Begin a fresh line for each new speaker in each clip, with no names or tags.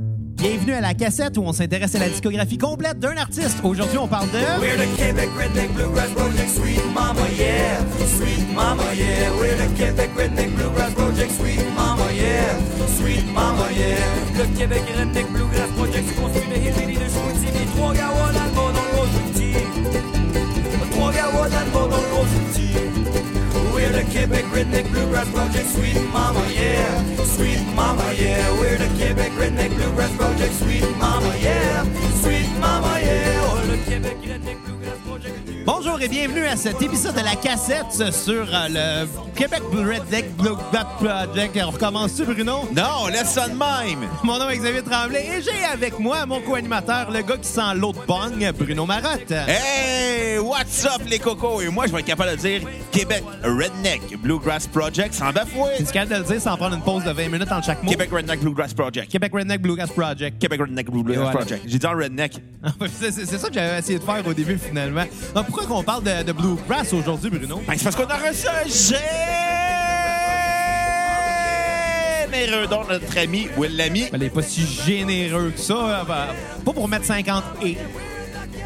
bienvenue à la cassette où on s'intéresse à la discographie complète d'un artiste. Aujourd'hui, on parle de.
We're the Quebec redneck, bluegrass, project, sweet mama, yeah. Sweet mama, yeah. We're the Quebec redneck, bluegrass, project, sweet mama, yeah. Sweet mama, yeah. Le Québec redneck, bluegrass, project, c'est construit de hillbilly de Chicoutimi. Trois gars, one album dans le gros outil. Trois gars, one album dans le gros outil. We're the Quebec redneck, bluegrass, project, sweet mama, yeah. Sweet mama, yeah. We're the Quebec redneck, bluegrass, project, sweet mama, yeah. Sweet mama, yeah. Oh, le Québec redneck, bluegrass, project,
Bonjour et bienvenue à cet épisode de la cassette sur euh, le Québec Redneck Bluegrass Project. On recommence-tu, Bruno?
Non, laisse ça de même.
Mon nom est Xavier Tremblay et j'ai avec moi mon co-animateur, le gars qui sent l'eau de bong, Bruno Marotte.
Hey, what's up les cocos? Et moi, je vais être capable de dire Québec Redneck Bluegrass Project sans bafouer.
Tu es capable de le dire sans prendre une pause de 20 minutes entre chaque mot?
Québec Redneck Bluegrass Project.
Québec Redneck Bluegrass Project.
Québec Redneck Bluegrass
Et voilà.
Project. J'ai dit en redneck.
c'est c'est- c'est ça que j'avais essayé de faire au début, finalement. Donc, pourquoi qu'on parle de, de Bluegrass aujourd'hui, Bruno?
Ben, c'est parce qu'on a reçu un généreux don de notre ami Will Lamy.
Ben, il est pas si généreux que ça. euh, ben, Pas pour mettre 50 et.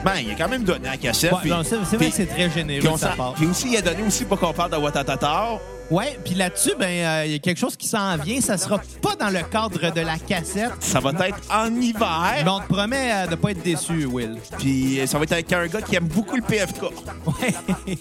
Ben, il a quand même donné à Cassette.
Ouais, non, c'est c'est vrai que c'est très généreux de sa part.
Puis aussi, il a donné aussi pour qu'on parle de Watatatar.
Ouais, puis là-dessus, ben euh, il y a quelque chose qui s'en vient. Ça sera pas dans le cadre de la cassette.
Ça va être en hiver.
Mais on te promet euh, de pas être déçu, Will.
Puis euh, ça va être avec un gars qui aime beaucoup le PFK.
Ouais.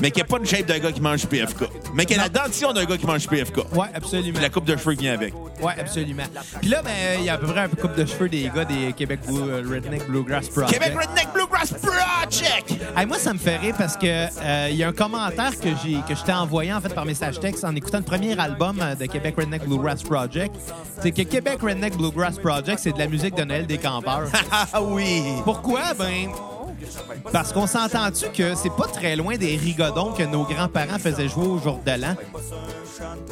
mais qui n'a pas une shape d'un gars qui mange du PFK. Mais qui a la dentition d'un gars qui mange du PFK.
ouais, absolument.
Puis la coupe de cheveux qui vient avec.
Ouais, absolument. Puis là, ben euh, il y a à peu près un peu coupe de cheveux des gars des Québec Blue- euh, Redneck Bluegrass Project.
Québec Redneck Bluegrass Project!
Hey, moi, ça me fait rire parce que euh, il y a un commentaire que j'ai que je t'ai envoyé en fait par message texte en écoutant le premier album euh, de Québec Redneck Bluegrass Project. C'est que Québec Redneck Bluegrass Project, c'est de la musique de Noël des campeurs.
Ah oui!
Pourquoi? Ben. Parce qu'on s'entend-tu que c'est pas très loin des rigodons que nos grands-parents faisaient jouer au jour de l'an.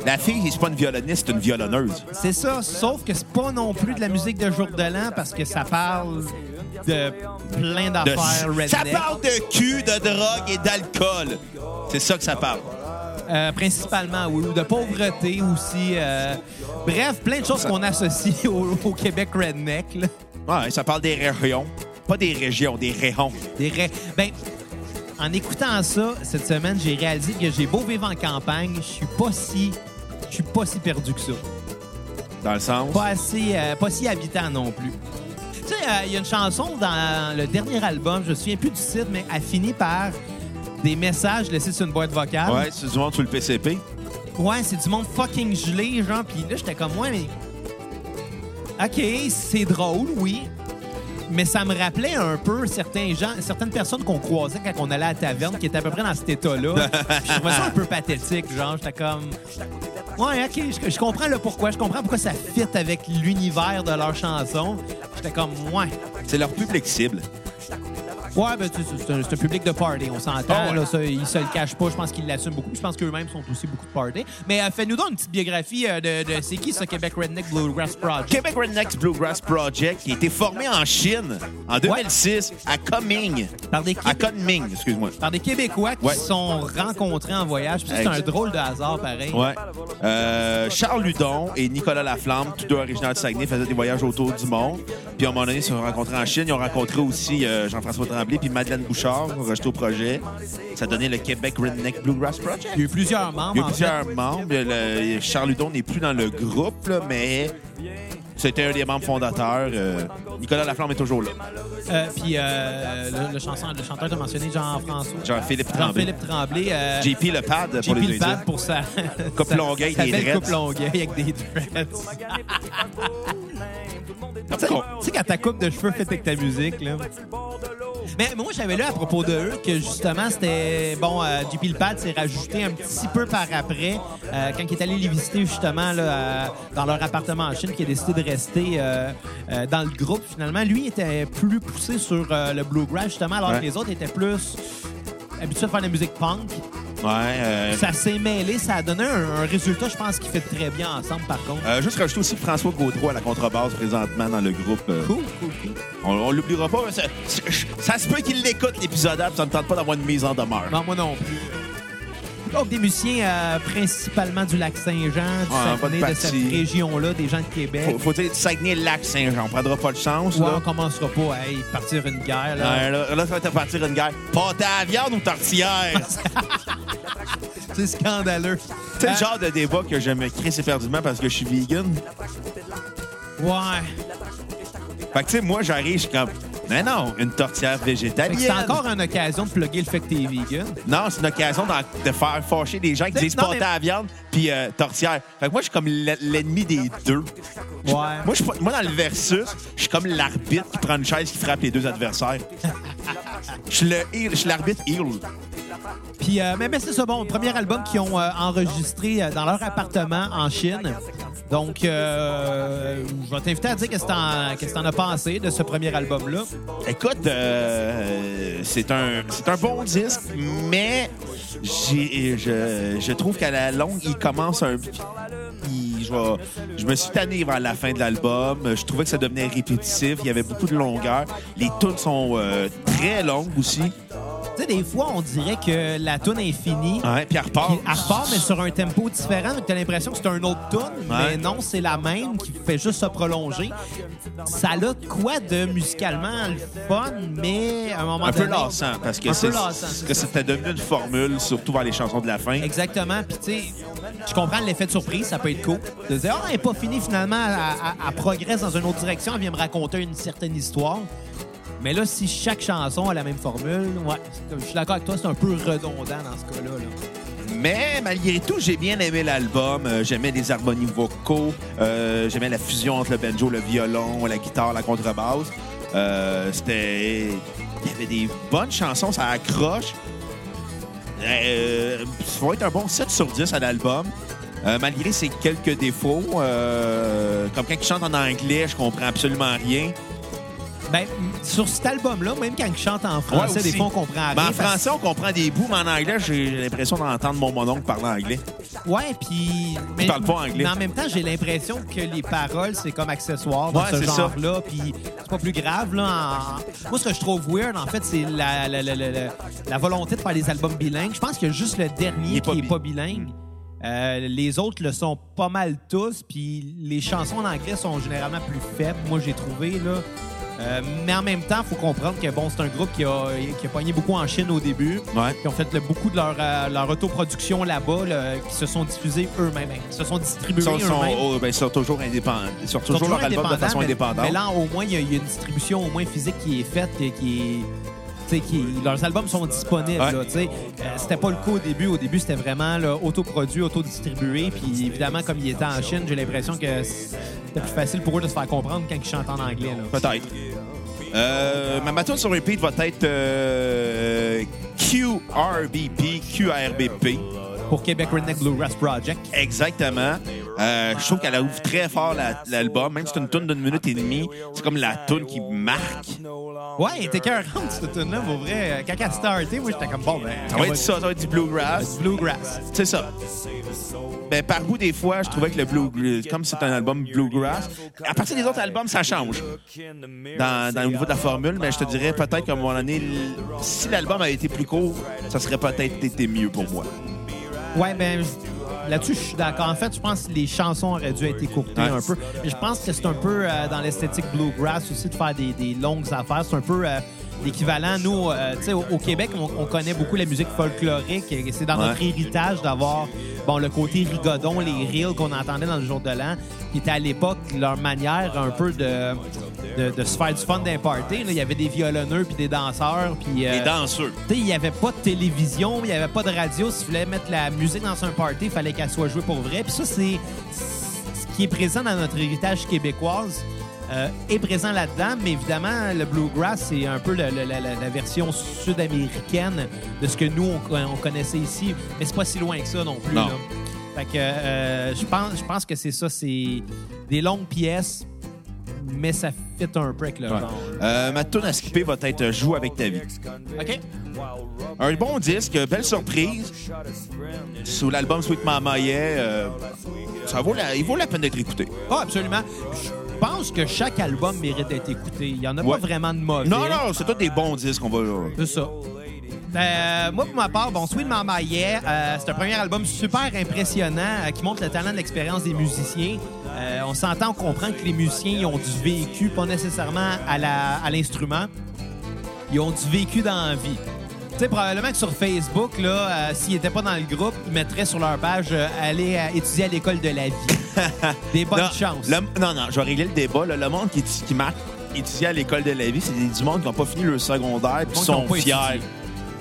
La fille, c'est pas une violoniste, c'est une violonneuse.
C'est ça, sauf que c'est pas non plus de la musique de jour de l'an parce que ça parle de plein
De-
d'affaires redneck.
Ça parle de cul, de drogue et d'alcool. C'est ça que ça parle.
Euh, principalement, oui, ou de pauvreté aussi. euh, bref, plein de choses qu'on associe au, au Québec redneck. là.
Ouais, ça parle des régions. Pas des régions, des réons.
Des ra- ben, en écoutant ça, cette semaine, j'ai réalisé que j'ai beau vivre en campagne, je suis pas si... Je suis pas si perdu que ça.
Dans le sens.
Pas assez... euh, pas si habitant non plus. Tu sais, euh, il y a une chanson dans le dernier album, je me souviens plus du titre, mais elle finit par des messages laissés sur une boîte vocale.
Ouais, c'est du monde sur le PCP.
Ouais, c'est du monde fucking gelé, genre. Puis là, j'étais comme, ouais, mais. OK, c'est drôle, oui. Mais ça me rappelait un peu certains gens, certaines personnes qu'on croisait quand on allait à la taverne, qui étaient à peu près dans cet état-là. Puis je trouvais ça un peu pathétique, genre. J'étais comme. Ouais, OK, je, je comprends le pourquoi. Je comprends pourquoi ça fit avec l'univers de leur chanson. J'étais comme, ouais.
C'est leur public cible.
Ouais, ben, tu sais, c'est un, c'est un public de party, on s'entend.
Ah ouais.
là, ça, ils se le cachent pas. Je pense qu'ils l'assument beaucoup. Je pense qu'eux-mêmes sont aussi beaucoup de party. Mais euh, fais-nous donc une petite biographie euh, de, de c'est qui ce Québec Redneck Bluegrass Project?
Québec Redneck Bluegrass Project qui a été formé en Chine en 2006 à Kunming.
Par des, Qué-
À Kunming, excuse-moi.
par des Québécois qui
Ouais.
se sont rencontrés en voyage. Puis ça, C'est un
Exact.
drôle de hasard, pareil.
Ouais. Euh, Charles Ludon et Nicolas Laflamme, tous deux originaires de Saguenay, faisaient des voyages autour du monde. Puis à un moment donné, ils se sont rencontrés en Chine. Ils ont rencontré aussi euh, Jean-François Tremblay puis Madeleine Bouchard, rejeté au projet. Ça donnait le Québec Redneck Bluegrass Project.
Il y a eu plusieurs membres.
Il y a
en
eu plusieurs membres. Le- Charles Ludon n'est plus dans le groupe, là, mais c'était un des membres fondateurs. Euh, Nicolas Laflamme est toujours là.
fait. Euh, puis euh, le, le chanson- le chanteur t'a mentionné Jean-François.
Jean-Philippe Tremblay.
Jean-Philippe Tremblay. euh,
JP le pad pour
JP
les
le
deux
pad pour sa.
Coupe
sa-
Longueuil,
sa
des
belle
dreads.
coupe longueuil avec des dreads. Tu sais- tu sais, quand ta coupe de cheveux fait avec ta musique, là. Mais moi, j'avais lu à propos de eux que justement, c'était. Bon, euh, JP le pad s'est rajouté un petit peu par après, euh, quand il est allé les visiter justement là, euh, dans leur appartement en Chine, qui a décidé de rester euh, euh, dans le groupe. Finalement, lui il était plus poussé sur euh, le bluegrass, justement, alors
Ouais.
que les autres étaient plus habitués à faire de la musique punk.
Ouais. euh,
Ça s'est mêlé, ça a donné un, un résultat, je pense, qui fait très bien ensemble, par contre.
euh, juste rajouter aussi François Gautreau à la contrebasse présentement dans le groupe. euh,
Cool, cool, cool.
On, on l'oubliera pas. mais Ça, ça- ça se peut qu'il l'écoute, l'épisode, puis ça ne tente pas d'avoir une mise en demeure.
Non, moi non plus. Donc, des musiciens euh, principalement du lac Saint-Jean, du
Ouais, en bonne
Saguenay, de cette
partie.
région-là, des gens de Québec.
Faut, faut dire Saguenay-Lac-Saint-Jean. On prendra pas de chance,
Ouais,
là.
on commencera pas à y partir une guerre. Là.
Ouais, là, là, ça va te partir une guerre. Pâté à la viande ou tortillère?
C'est scandaleux. Euh,
C'est le genre de débat que j'aime Chris éperdument parce que je suis vegan.
Ouais.
Fait que, tu sais, moi, j'arrive, je suis comme, mais non, une tortillère
Fait
végétalienne.
que C'est encore une occasion de plugger le fait que t'es vegan.
Non, c'est une occasion d'en- de faire fâcher des gens qui
C'est-
disent
non,
pâté
mais-
à la viande puis euh, tortillère. Fait que moi, je suis comme l'e- l'ennemi des deux.
Ouais.
Moi, je suis pas- moi, dans le versus, je suis comme l'arbitre qui prend une chaise qui frappe les deux adversaires. Je suis le heel- je suis l'arbitre heel.
Puis, euh, mais, mais c'est ça, bon, premier album qu'ils ont euh, enregistré euh, dans leur appartement en Chine. Donc, euh, je vais t'inviter à dire qu'est-ce que t'en- qu'est-ce que t'en as pensé de ce premier album-là.
Écoute, euh, c'est un c'est un bon disque, mais j'ai- je, je trouve qu'à la longue, il commence un il- je, vais- je me suis tanné vers la fin de l'album. Je trouvais que ça devenait répétitif. Il y avait beaucoup de longueur. Les tunes sont euh, très longues aussi.
Tu sais, des fois, on dirait que la tune est finie.
Ouais, puis elle repart.
Puis elle repart, mais sur un tempo différent. Donc, t'as l'impression que c'est un autre tune, mais
Ouais.
non, c'est la même qui fait juste se prolonger. Ça a de quoi de musicalement le fun, mais à un moment
Un
donné...
peu lassant, parce que
Un
c'est-
peu lassant, c'est
que c'était devenu une formule, surtout vers les chansons de la fin.
Exactement. Puis, tu sais, je comprends l'effet de surprise, ça peut être cool. De dire, ah, elle n'est pas finie finalement, elle, elle- elle progresse dans une autre direction, elle vient me raconter une certaine histoire. Mais là, si chaque chanson a la même formule, ouais, c'est- je suis d'accord avec toi, c'est un peu redondant dans ce cas-là. là.
Mais malgré tout, j'ai bien aimé l'album. Euh, J'aimais les harmonies vocaux. Euh, J'aimais la fusion entre le banjo, le violon, la guitare, la contrebasse. Euh, C'était. Il y avait des bonnes chansons, ça accroche. Euh, ça va être un bon 7 sur 10 à l'album. Euh, malgré ses quelques défauts, euh, comme quand il chante en anglais, je comprends absolument rien.
Ben, sur cet album-là, même quand je chante en français,
Ouais, aussi.
des fois, on comprend rien.
Mais Ben, en
parce-
français, on comprend des bouts, mais en anglais, j'ai j'ai l'impression d'entendre mon mononcle parler anglais.
Ouais, puis. mais-
parles pas anglais.
Mais en même temps, j'ai l'impression que les paroles, c'est comme accessoire
Ouais,
dans ce
c'est ça.
genre-là. Puis c'est pas plus grave, là. en- Moi, ce que je trouve weird, en fait, c'est la, la, la, la, la- la volonté de faire des albums bilingues. Je pense que juste le
Il
dernier
est pas
qui est
bi- Hmm.
pas bilingue. Euh, les autres le sont pas mal tous, puis les chansons en anglais sont généralement plus faibles, moi j'ai trouvé. là. Euh, mais en même temps, faut comprendre que bon, c'est un groupe qui a, qui a pogné beaucoup en Chine au début
Ouais.
qui ont fait le- beaucoup de leur, euh, leur autoproduction là-bas, là, qui se sont diffusés eux-mêmes, hein, qui se sont distribués
Ils sont,
eux-mêmes.
sont- oh, ben, ils sont toujours indépendants. Ils sortent
Ils sont
toujours leur album de
indépendants,
façon
mais-
indépendante.
Mais là, au moins, il y, a- il y a une distribution au moins physique qui est faite, qui, qui est- tu sais, qui est- leurs albums sont disponibles.
Ouais.
là, tu sais. Euh, c'était pas le cas au début. Au début, c'était vraiment là, autoproduit, autodistribué. Puis évidemment, comme ils étaient en Chine, j'ai l'impression que c'était plus facile pour eux de se faire comprendre quand ils chantent en anglais. là.
Peut-être. Euh, ma matin sur repeat va être euh, QRBP, QRBP.
Pour Québec Redneck Bluegrass Project.
Exactement. Euh, je trouve qu'elle ouvre très fort la- l'album. Même si c'est une tune d'une minute et demie, c'est comme la tune qui marque.
Ouais, t'es cœurante, hein, cette tune-là, pour vrai. Quand elle s'est arrêtée, moi, j'étais comme bon, ben.
Ça va être ça, ça va être du bluegrass.
Bluegrass.
Ah, C'est ça. Ben, par bout, des fois, je trouvais que le bluegrass, comme c'est un album bluegrass, à partir des autres albums, ça change. dans, dans le niveau de la formule, mais je te dirais peut-être qu'à un moment donné, l- si l'album avait été plus court, ça serait peut-être été mieux pour moi.
Ouais, ben je- là-dessus, je suis d'accord. En fait, je pense que les chansons auraient dû être écourtées
Ouais.
un peu. Mais Je pense que c'est un peu euh, dans l'esthétique bluegrass aussi de faire des, des longues affaires. C'est un peu euh, l'équivalent. Nous, euh, tu sais, au, au Québec, on, on connaît beaucoup la musique folklorique. et C'est dans
Ouais.
notre héritage d'avoir bon le côté rigodon, les reels qu'on entendait dans le jour de l'an, qui était à l'époque leur manière un peu de, de, de se faire du fun d'un party. là. Il y avait des violonneux puis des danseurs. Puis, euh,
Les danseurs.
tu sais, il n'y avait pas de télévision, il n'y avait pas de radio. Si tu voulais mettre la musique dans un party, il fallait qu'elle soit jouée pour vrai. Puis ça, c'est ce qui est présent dans notre héritage québécoise euh, est présent là-dedans. Mais évidemment, le bluegrass, c'est un peu le- le- la, la- la version sud-américaine de ce que nous, on, on connaissait ici. Mais c'est pas si loin que ça non plus.
Non.
là. Fait que euh, je pense, je pense que c'est ça. C'est des longues pièces, mais ça fit un peu avec le genre.
Euh, ma tune à skipper va être Joue avec ta vie.
OK?
Un bon disque, belle surprise. Sous l'album Sweet Mama Yeah, euh, ça vaut la, il vaut la peine d'être écouté.
Ah, absolument. Je pense que chaque album mérite d'être écouté. Il n'y en a
Ouais.
pas vraiment de mauvais.
Non, non, c'est tous des bons disques qu'on va.
C'est ça. Euh, moi, pour ma part, bon, Sweet Mama Yeah, euh, c'est un premier album super impressionnant euh, qui montre le talent et l'expérience des musiciens. Euh, on s'entend, on comprend que les musiciens ils ont du vécu, pas nécessairement à la- à l'instrument. ils ont du vécu dans la vie. Tu sais, probablement que sur Facebook, là, euh, s'ils n'étaient pas dans le groupe, ils mettraient sur leur page euh, aller euh, étudier à l'école de la vie. Des bonnes
non,
chances.
le- non, non, je vais régler le débat. là. Le monde qui, étu- qui marque étudier à l'école de la vie, c'est du monde qui n'a pas fini le secondaire et qui
Ils
sont
n'ont pas
fiers.
étudié.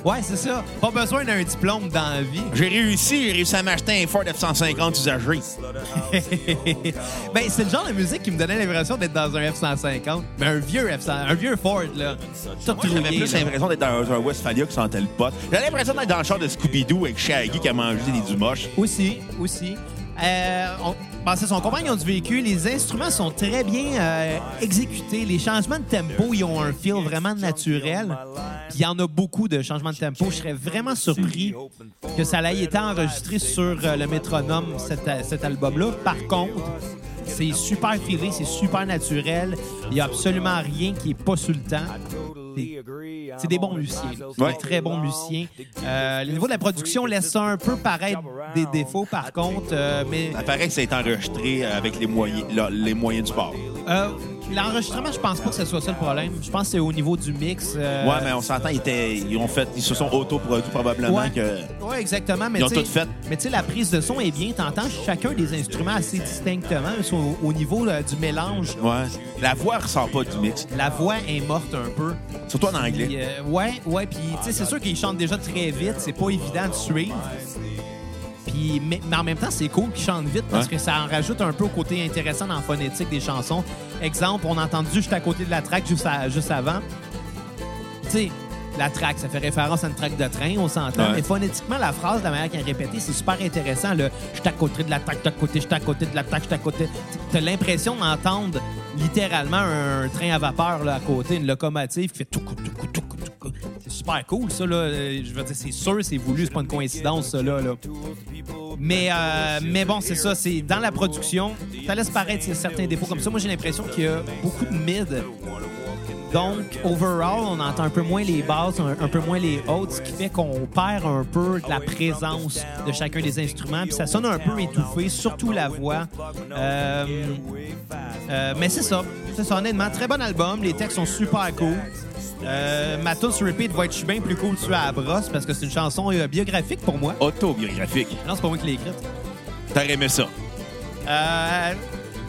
Ouais, c'est ça. Pas besoin d'un diplôme dans la vie.
J'ai réussi, j'ai réussi à m'acheter un Ford F-150 usagé.
ben, c'est le genre de musique qui me donnait l'impression d'être dans un F-150. Mais un vieux F-100, un vieux Ford, là. Tout
Moi, J'avais
rouillé,
plus
là.
l'impression d'être dans un Westphalia qui sentait le pot. J'avais l'impression d'être dans le char de Scooby-Doo avec Shaggy qui a mangé des Dumoches.
Aussi, aussi. Euh, on, ben, c'est son compagnon du véhicule. Les instruments sont très bien euh, exécutés. Les changements de tempo, ils ont un feel vraiment naturel. Puis il y en a beaucoup de changements de tempo. Je serais vraiment surpris que ça ait été enregistré sur euh, le métronome, cet, a- cet album-là. Par contre, c'est super filé, c'est super naturel. Il n'y a absolument rien qui est pas sur le temps.
C'est-
C'est des bons musiciens. C'est
Ouais.
des très bons musiciens. Euh, le niveau de la production laisse un peu paraître des défauts, par contre, euh, mais
Ça paraît que ça a été enregistré euh, avec les moyens, là, les moyens du bord. Ouais,
euh, l'enregistrement, je pense pas que ce soit ça le problème. Je pense que c'est au niveau du mix. euh,
mais on s'entend, ils, étaient- ils ont fait, ils se sont autoproduits probablement
Ouais.
que.
Ouais, exactement. Mais
Ils ont
tu sais-
tout fait.
Mais tu sais, la prise de son est bien. T'entends chacun des instruments assez distinctement mais au, au niveau euh, du mélange.
Ouais. La voix ressort pas du mix,
La voix est morte un peu.
surtout en
Puis,
anglais.
euh, ouais, ouais. Puis, tu sais, c'est sûr qu'ils chantent déjà très vite. C'est pas évident de suivre. Puis, mais, mais en même temps, c'est cool qu'ils chantent vite parce
Ouais.
que ça en rajoute un peu au côté intéressant dans la phonétique des chansons. Exemple, on a entendu juste à côté de la track juste, à- juste avant. Tu sais, la track, ça fait référence à une track de train, on s'entend.
Ouais.
Mais phonétiquement, la phrase, la manière qu'elle est répétée, c'est super intéressant. Le « je suis à côté de la track, je suis à côté, je suis à côté de la track, je suis à côté ». T'as l'impression d'entendre littéralement un train à vapeur là, à côté, une locomotive qui fait tout tout tout tout C'est super cool, ça. Là. Euh, Je veux dire, c'est sûr, c'est voulu, c'est pas une coïncidence, ça. Là, là. Mais, euh, mais bon, c'est ça. C'est dans la production, ça laisse paraître certains défauts comme ça. Moi, j'ai l'impression qu'il y a beaucoup de mid. Donc, overall, on entend un peu moins les basses, un, un peu moins les hautes, ce qui fait qu'on perd un peu de la présence de chacun des instruments. Puis ça sonne un peu étouffé, surtout la voix. Euh, euh, mais c'est ça. C'est ça, honnêtement. Très bon album. Les textes sont super cool. Euh, ma tune sur repeat va être « Je suis bien plus cool tu à la brosse » parce que c'est une chanson euh, biographique pour moi.
Autobiographique.
Non, c'est pas moi qui l'ai écrite.
T'aurais aimé ça.
Euh,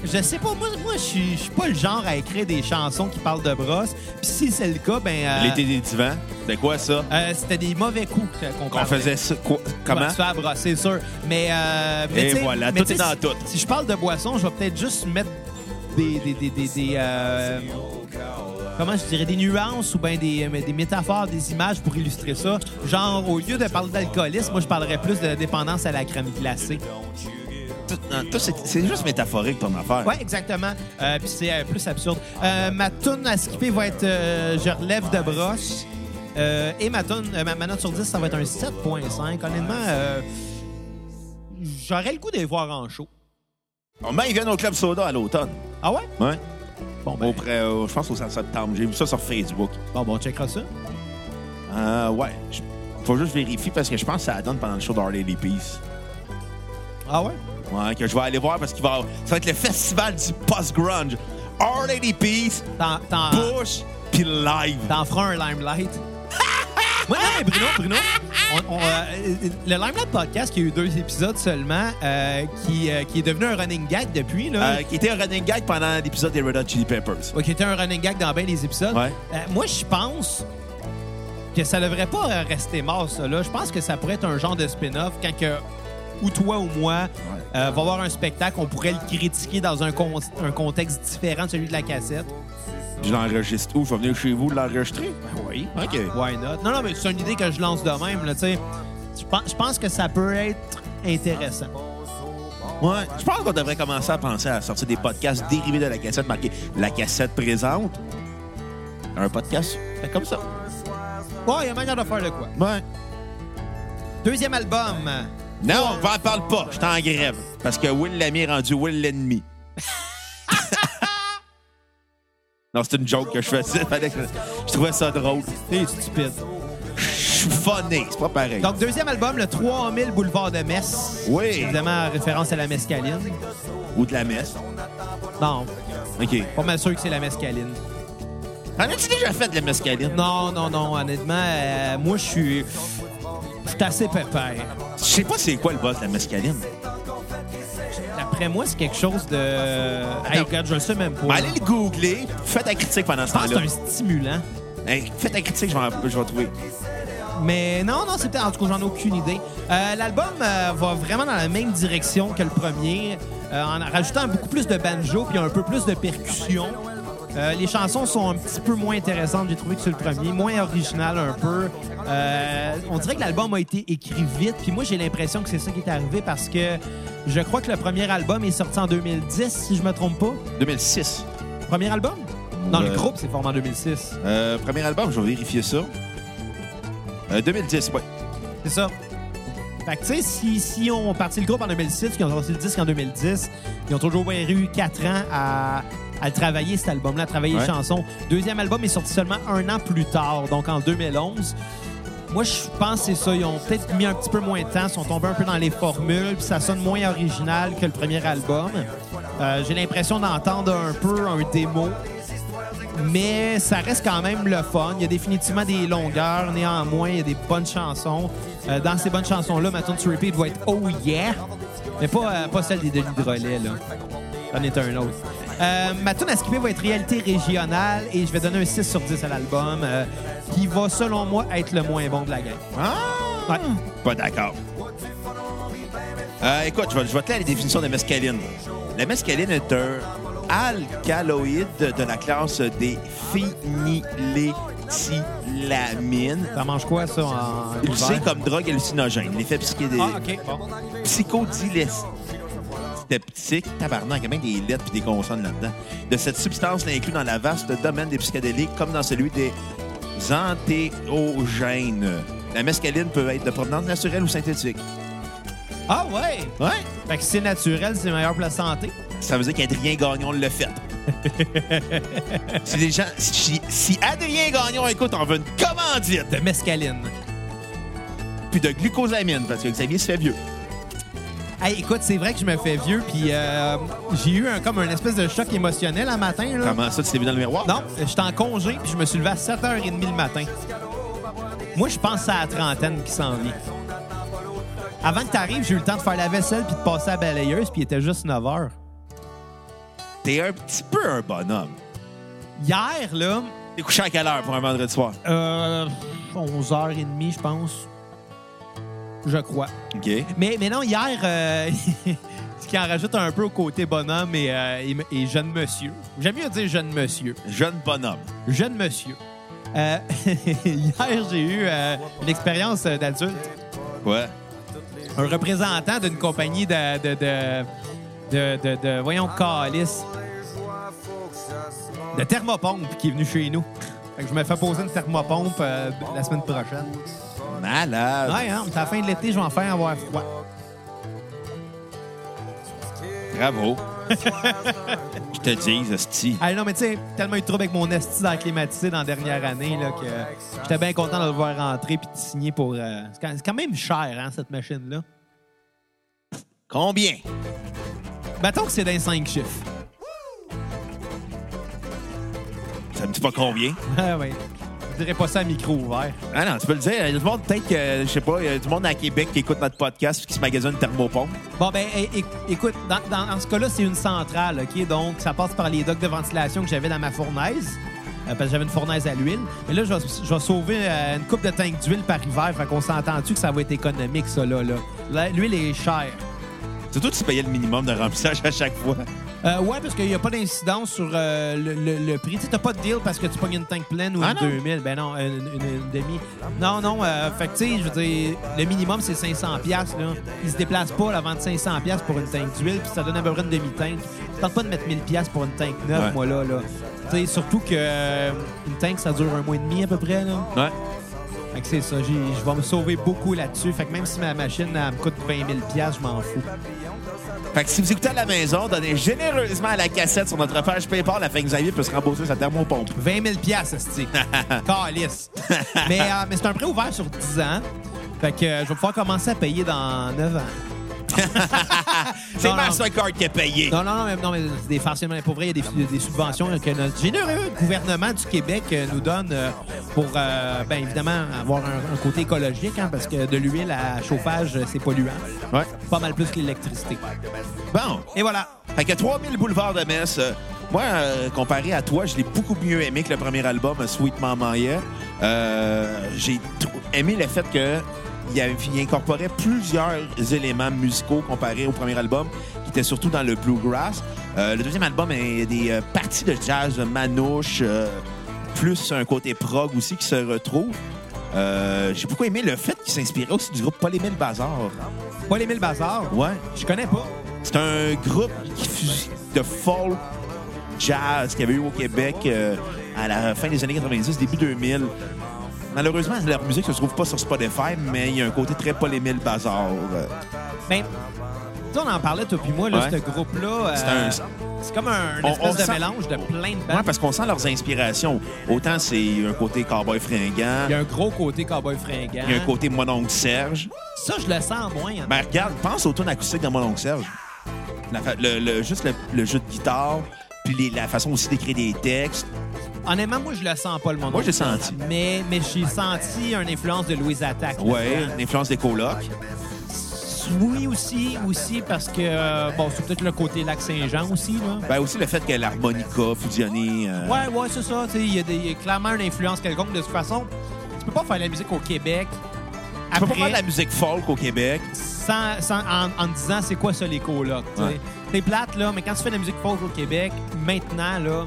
je sais pas. Moi, moi je suis je suis pas le genre à écrire des chansons qui parlent de brosse. Puis si c'est le cas, ben. euh,
L'été des divans, c'était quoi ça?
euh, c'était des mauvais coups que- qu'on
Qu'on
parlait.
faisait ça? quoi-
Ouais,
Comment?
se faire brasser, c'est sûr. Mais, euh, mais
Et
tu sais-
voilà,
mais
tout
tu sais,
est dans
si-
tout.
Si je parle de boisson, je vais peut-être juste mettre des, des, des, des, des, euh, comment je dirais, des nuances ou bien des, euh, des métaphores, des images pour illustrer ça. Genre, au lieu de parler d'alcoolisme, moi, je parlerais plus de dépendance à la crème glacée.
Tout- non, tout, c'est- C'est juste métaphorique ton affaire.
Ouais, exactement. Euh, Puis c'est euh, plus absurde. Euh, ma tune à skipper va être euh, Je relève de brosse. Euh, et ma, tune, euh, ma, ma note sur 10, ça va être un 7.5. Honnêtement, euh, j'aurais le goût de les voir en show.
Oh, mais ils viennent au Club Soda à l'automne.
Ah ouais?
Ouais.
Bon,
Au
ben,
pré- euh, je pense au 5 septembre. J'ai vu ça sur Facebook.
bon, bon, on checkera ça.
Euh, ouais. Je- Faut juste vérifier parce que je pense que ça la donne pendant le show d'Harley Lee Peace.
Ah ouais?
Ouais, que je vais aller voir parce qu'il va. Ça va être le festival du post-grunge. Harley Lee Peace,
T'en- T'en
Bush, puis live.
t'en feras un limelight. Moi, non, mais Bruno, Bruno, on- on, euh, le Limelight Podcast, qui a eu deux épisodes seulement, euh, qui, euh, qui est devenu un running gag depuis, là.
Euh, qui était un running gag pendant l'épisode des Red Hot Chili Peppers.
Ouais, qui était un running gag dans bien des épisodes.
Ouais.
Euh, moi, je pense que ça devrait pas euh, rester mort, ça. là. Je pense que ça pourrait être un genre de spin-off quand que, ou toi ou moi euh, va voir un spectacle, on pourrait le critiquer dans un, con- un contexte différent de celui de la cassette.
Je l'enregistre où? Je vais venir chez vous l'enregistrer?
Ben Oui.
OK.
Why not? Non, non, mais c'est une idée que je lance de même. Là, tu sais. je, pense, je pense que ça peut être intéressant.
Ouais. Je pense qu'on devrait commencer à penser à sortir des podcasts dérivés de la cassette marquée La cassette présente. Un podcast. Fait comme ça.
Ouais, il y a manière de faire de quoi.
Ouais.
Deuxième album.
Non, on en parle pas. Je suis en grève. Parce que Will l'ami est rendu Will l'ennemi. non, c'est une joke que je faisais. Fallait que- Je trouvais ça drôle.
T'es stupide.
Je chiffonné. C'est pas pareil.
Donc, deuxième album, le 3000 Boulevard de Metz.
Oui.
C'est Évidemment, en référence à la mescaline.
Ou de la messe.
Non,
OK.
pas mal sûr que c'est la mescaline.
En as-tu déjà fait de la mescaline?
Non, non, non, honnêtement, euh, moi, je suis. Je suis assez pépère.
Je sais pas c'est quoi le boss de la mescaline.
D'après moi, c'est quelque chose de. Hey, regarde, je le sais même pas.
Mais allez le googler. Faites la critique pendant ce
Je pense que
temps-là.
c'est un stimulant.
Hey, faites la critique, je vais, je vais trouver.
Mais non, non, c'est peut-être. En tout cas, j'en ai aucune idée. Euh, L'album euh, va vraiment dans la même direction que le premier, euh, en rajoutant beaucoup plus de banjo puis un peu plus de percussion. Euh, les chansons sont un petit peu moins intéressantes, j'ai trouvé, que sur le premier, moins originales un peu. Euh, on dirait que l'album a été écrit vite, puis moi j'ai l'impression que c'est ça qui est arrivé parce que je crois que le premier album est sorti en 2010, si je me trompe pas.
2006.
Premier album? Non, le
Euh,
groupe s'est formé en 2006.
Euh, premier album, je vais vérifier ça. Euh, 2010, ouais.
C'est ça. Fait que, tu sais, si, si on partit le groupe en 2006, qu'ils ont sorti le disque en 2010, ils ont toujours bien eu 4 ans à, à travailler cet album-là, à travailler les
Ouais.
chansons. Deuxième album est sorti seulement un an plus tard, donc en 2011. Moi, je pense que c'est ça. Ils ont peut-être mis un petit peu moins de temps, ils sont tombés un peu dans les formules, puis ça sonne moins original que le premier album. Euh, J'ai l'impression d'entendre un peu un démo mais ça reste quand même le fun. Il y a définitivement des longueurs. Néanmoins, il y a des bonnes chansons. Euh, dans ces bonnes chansons-là, ma tune sur repeat va être « Oh yeah », mais pas, euh, pas celle des Denis Drolet, là. C'en est un autre. Euh, ma tune à skipper va être réalité régionale et je vais donner un 6 sur 10 à l'album euh, qui va, selon moi, être le moins bon de la game.
Ah!
Ouais.
Pas d'accord. Euh, écoute, je vais, je vais te lire la définition de mescaline. La mescaline est un alcaloïde de la classe des phényléthylamines,
Ça mange quoi, ça, en
utilisée
hiver?
comme drogue hallucinogène. L'effet psychédé-
Ah, OK. Bon.
psychodiles- sceptique, tabarnak, il y a même des lettres et des consonnes là-dedans. De cette substance l'inclus dans la vaste domaine des psychédéliques comme dans celui des antéogènes. La mescaline peut être de provenance naturelle ou synthétique.
Ah, ouais!
Ouais.
Fait que si c'est naturel, c'est meilleur pour la santé.
Ça veut dire qu'Adrien Gagnon l'a fait. si les gens. Si, si Adrien Gagnon écoute, on veut une commandite
De Ben, mescaline.
puis de glucosamine parce que Xavier se fait vieux.
Hey, écoute, c'est vrai que je me fais vieux, puis euh, j'ai eu un, comme un espèce de choc émotionnel un matin. Là.
Comment ça, tu t'es vu dans le miroir?
Non, j'étais en congé, puis je me suis levé à 7h30 le matin. Moi, je pense à la trentaine qui s'en vient. Avant que t'arrives, j'ai eu le temps de faire la vaisselle puis de passer à la balayeuse, puis il était juste 9h.
T'es un petit peu un bonhomme.
Hier, là,
T'es couché à quelle heure pour un vendredi soir?
euh, 11h30, je pense. Je crois.
OK.
Mais, mais non, hier, euh, ce qui en rajoute un peu au côté bonhomme et, euh, et- et jeune monsieur. J'aime mieux dire jeune monsieur.
Jeune bonhomme.
Jeune monsieur. Euh, hier, j'ai eu euh, une expérience euh, d'adulte.
Ouais.
Un représentant d'une compagnie de. de, de de, de, de- voyons, calice, de thermopompe qui est venu chez nous. Fait que je me fais poser une thermopompe euh, la semaine prochaine.
Malade.
Ouais, hein, c'est à la fin de l'été, je vais en faire avoir froid.
Bravo. Je te dis, Sti.
Ah non, mais tu sais, tellement eu de troubles avec mon esti dans la climatisée dans la dernière année là, que euh, j'étais bien content de le voir rentrer puis de signer pour. euh, c'est quand- c'est quand même cher, hein, cette machine-là.
Combien?
Mettons que c'est dans 5 chiffres.
Ça me dit pas combien.
Ah ouais. Je dirais pas ça à micro ouvert.
Ah non, tu peux le dire. Il y a du monde, peut-être que, euh, je sais pas, il y a du monde à Québec qui écoute notre podcast et qui se magasine une thermopompe.
Bon, ben, é- é- écoute, dans, dans- dans ce cas-là, c'est une centrale, OK? Donc, ça passe par les docks de ventilation que j'avais dans ma fournaise, euh, parce que j'avais une fournaise à l'huile. Mais là, je vais, je vais sauver euh, une coupe de tank d'huile par hiver. Fait qu'on s'entend-tu que ça va être économique, ça, là? là? La- L'huile est chère.
Surtout que tu payais le minimum de remplissage à chaque fois.
Euh, ouais, parce qu'il n'y a pas d'incidence sur euh, le, le- le prix. Tu n'as pas de deal parce que tu pognes une tank pleine ou
Ah
une
non?
2000. Ben non, une, une- une demi. Non, non. euh, fait que, tu sais, je veux dire, le minimum, c'est 500$. piastres, Là. Ils se déplacent pas avant de 500$ piastres pour une tank d'huile, puis ça donne à peu près une demi-tank. Je tente pas de mettre 1000$ piastres pour une tank neuve,
Ouais.
moi, là. là. Tu sais, surtout que euh, une tank, ça dure un mois et demi à peu près. Là.
Ouais.
Fait que c'est ça. j'ai- Je vais me sauver beaucoup là-dessus. Fait que même si ma machine, elle me coûte 20 000$, piastres, je m'en fous.
Fait que si vous écoutez à la maison, donnez généreusement à la cassette sur notre page PayPal afin que Xavier puisse rembourser sa thermopompe.
20 000 piastres, esti. Calice. mais euh, mais c'est un prêt ouvert sur 10 ans. Fait que euh, je vais pouvoir commencer à payer dans 9 ans.
C'est
Non, non.
Mastercard qui a payé.
Non, non, non, mais, non, mais c'est des facilement. Pour vrai, il y a des, des subventions que notre généreux gouvernement du Québec euh, nous donne euh, pour, euh, ben évidemment, avoir un, un côté écologique, hein, parce que de l'huile à chauffage, euh, c'est polluant.
Ouais.
Pas mal plus que l'électricité.
Bon.
Et voilà.
Fait que 3000 boulevards de Metz, euh, moi, euh, comparé à toi, je l'ai beaucoup mieux aimé que le premier album, euh, Sweet Maman Yeah. Euh, J'ai tr- aimé le fait que il avait- il incorporait plusieurs éléments musicaux comparés au premier album, qui était surtout dans le bluegrass. Euh, le deuxième album, il y a des euh, parties de jazz manouche, euh, plus un côté prog aussi qui se retrouve. Euh, J'ai beaucoup aimé le fait qu'il s'inspirait aussi du groupe Paul Émile Bazar.
Pas les mille bazars.
Ouais.
Je connais pas.
C'est un groupe qui fus- de folk jazz qu'il y avait eu au Québec euh, à la fin des années 90, début 2000. Malheureusement, leur musique se trouve pas sur Spotify, mais il y a un côté très Paul Émile Bazar. euh.
Ben, Mais tu sais, on en parlait, toi puis moi, là,
Ouais.
ce groupe-là. euh,
C'est un-
c'est comme un, une
On-
espèce
on
de
sent-
mélange de plein de
Ouais,
bandes.
parce qu'on sent leurs inspirations. Autant c'est un côté cowboy fringant,
Il y a un gros côté cowboy fringant.
il y a un côté Ben- mon oncle Serge.
Ça, je le sens moins. hein.
Mais regarde, pense au tune acoustique de mon oncle Serge. La fa- le, le- juste le, le jeu de guitare, puis les- la façon aussi d'écrire des textes.
Honnêtement, moi, je le sens pas, le monde.
Moi, j'ai senti.
Mais, mais j'ai senti une influence de Louise Attaque.
Ouais, l'influence des colocs.
Oui, aussi, aussi, parce que, euh, bon, c'est peut-être le côté Lac-Saint-Jean aussi, là.
Ben aussi le fait que l'harmonica fusionnée. euh,
Ouais, ouais, c'est ça. tu sais, Il y, a des- il y a clairement une influence quelconque. De toute façon, tu peux pas faire de la musique au Québec
Tu peux
après,
pas faire de la musique folk au Québec.
sans, sans- en, en te disant c'est quoi ça, les colocs. tu sais.
Ouais.
T'es plate, là, mais quand tu fais de la musique folk au Québec, maintenant, là,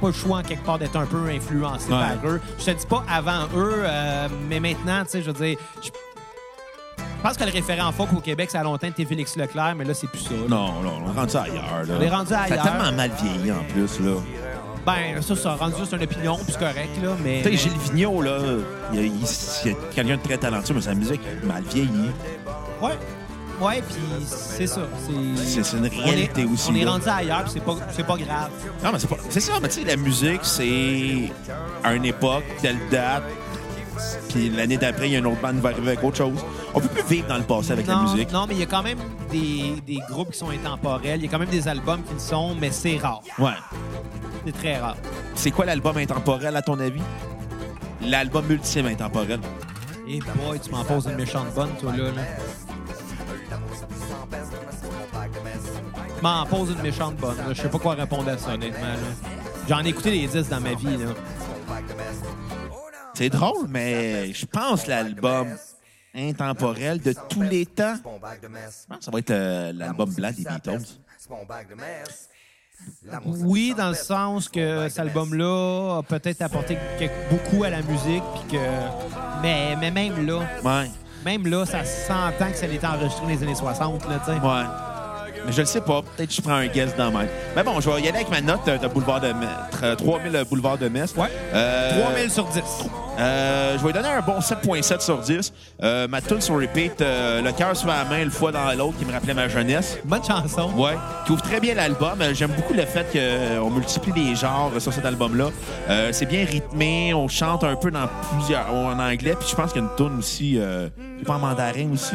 pas le choix, en quelque part, d'être un peu influencé
Ouais.
par eux. Je te dis pas avant eux, euh, mais maintenant, tu sais, je veux dire... Je je pense que le référent folk au Québec, ça a longtemps été Félix Leclerc, mais là, c'est plus ça. là.
Non, non, on est rendu ailleurs. Là.
On est rendu ailleurs.
Ça a tellement mal vieilli en plus. là.
Ben, ça, ça rendu juste une opinion, puis c'est correct, là, mais...
Tu sais, Gilles Vigneault, là, il y a, il- c'est quelqu'un de très talentueux, mais sa musique a mal vieilli.
Ouais. Ouais, puis c'est ça.
C'est- c'est une
on
réalité
est-
aussi,
On est
là.
rendu ailleurs, puis c'est pas, c'est pas grave.
Non, mais c'est pas. C'est ça, mais tu sais, la musique, c'est à une époque, telle date, puis l'année d'après, il y a une autre bande qui va arriver avec autre chose. On peut plus vivre dans le passé avec
non,
la musique.
non, mais il y a quand même des, des groupes qui sont intemporels. Il y a quand même des albums qui le sont, mais c'est rare.
Ouais.
C'est très rare.
C'est quoi l'album intemporel, à ton avis? L'album ultime intemporel.
Et Eh boy, tu m'en poses une méchante bonne, toi, là. là. Tu M'en poses une méchante bonne. là. Je sais pas quoi répondre à ça, honnêtement. là. J'en ai écouté les 10 dans ma vie, là.
C'est drôle, mais je pense l'album intemporel de tous les temps. Je pense que ça va être euh, l'album blanc des Beatles.
Oui, dans le sens que cet album-là a peut-être apporté quelque- beaucoup à la musique, puis que... Mais, mais même là,
Ouais,
même là, ça s'entend que ça a été enregistré dans les années 60, là, tu sais.
ouais. Mais je le sais pas. Peut-être que je prends un guess dans ma. Mais bon, je vais y aller avec ma note de, de boulevard de Metz. euh, 3000 boulevard de Metz.
Ouais.
Euh,
3000 sur 10.
euh, je vais lui donner un bon 7.7 sur 10. Euh, ma tune sur repeat, euh, le cœur sur la main, le foie dans l'autre, qui me rappelait ma jeunesse.
Bonne chanson.
Ouais, qui ouvre très bien l'album. Euh, J'aime beaucoup le fait qu'on multiplie les genres sur cet album-là. Euh, c'est bien rythmé, on chante un peu dans plusieurs en anglais, puis je pense qu'il y a une tune aussi, euh, c'est pas en mandarin aussi.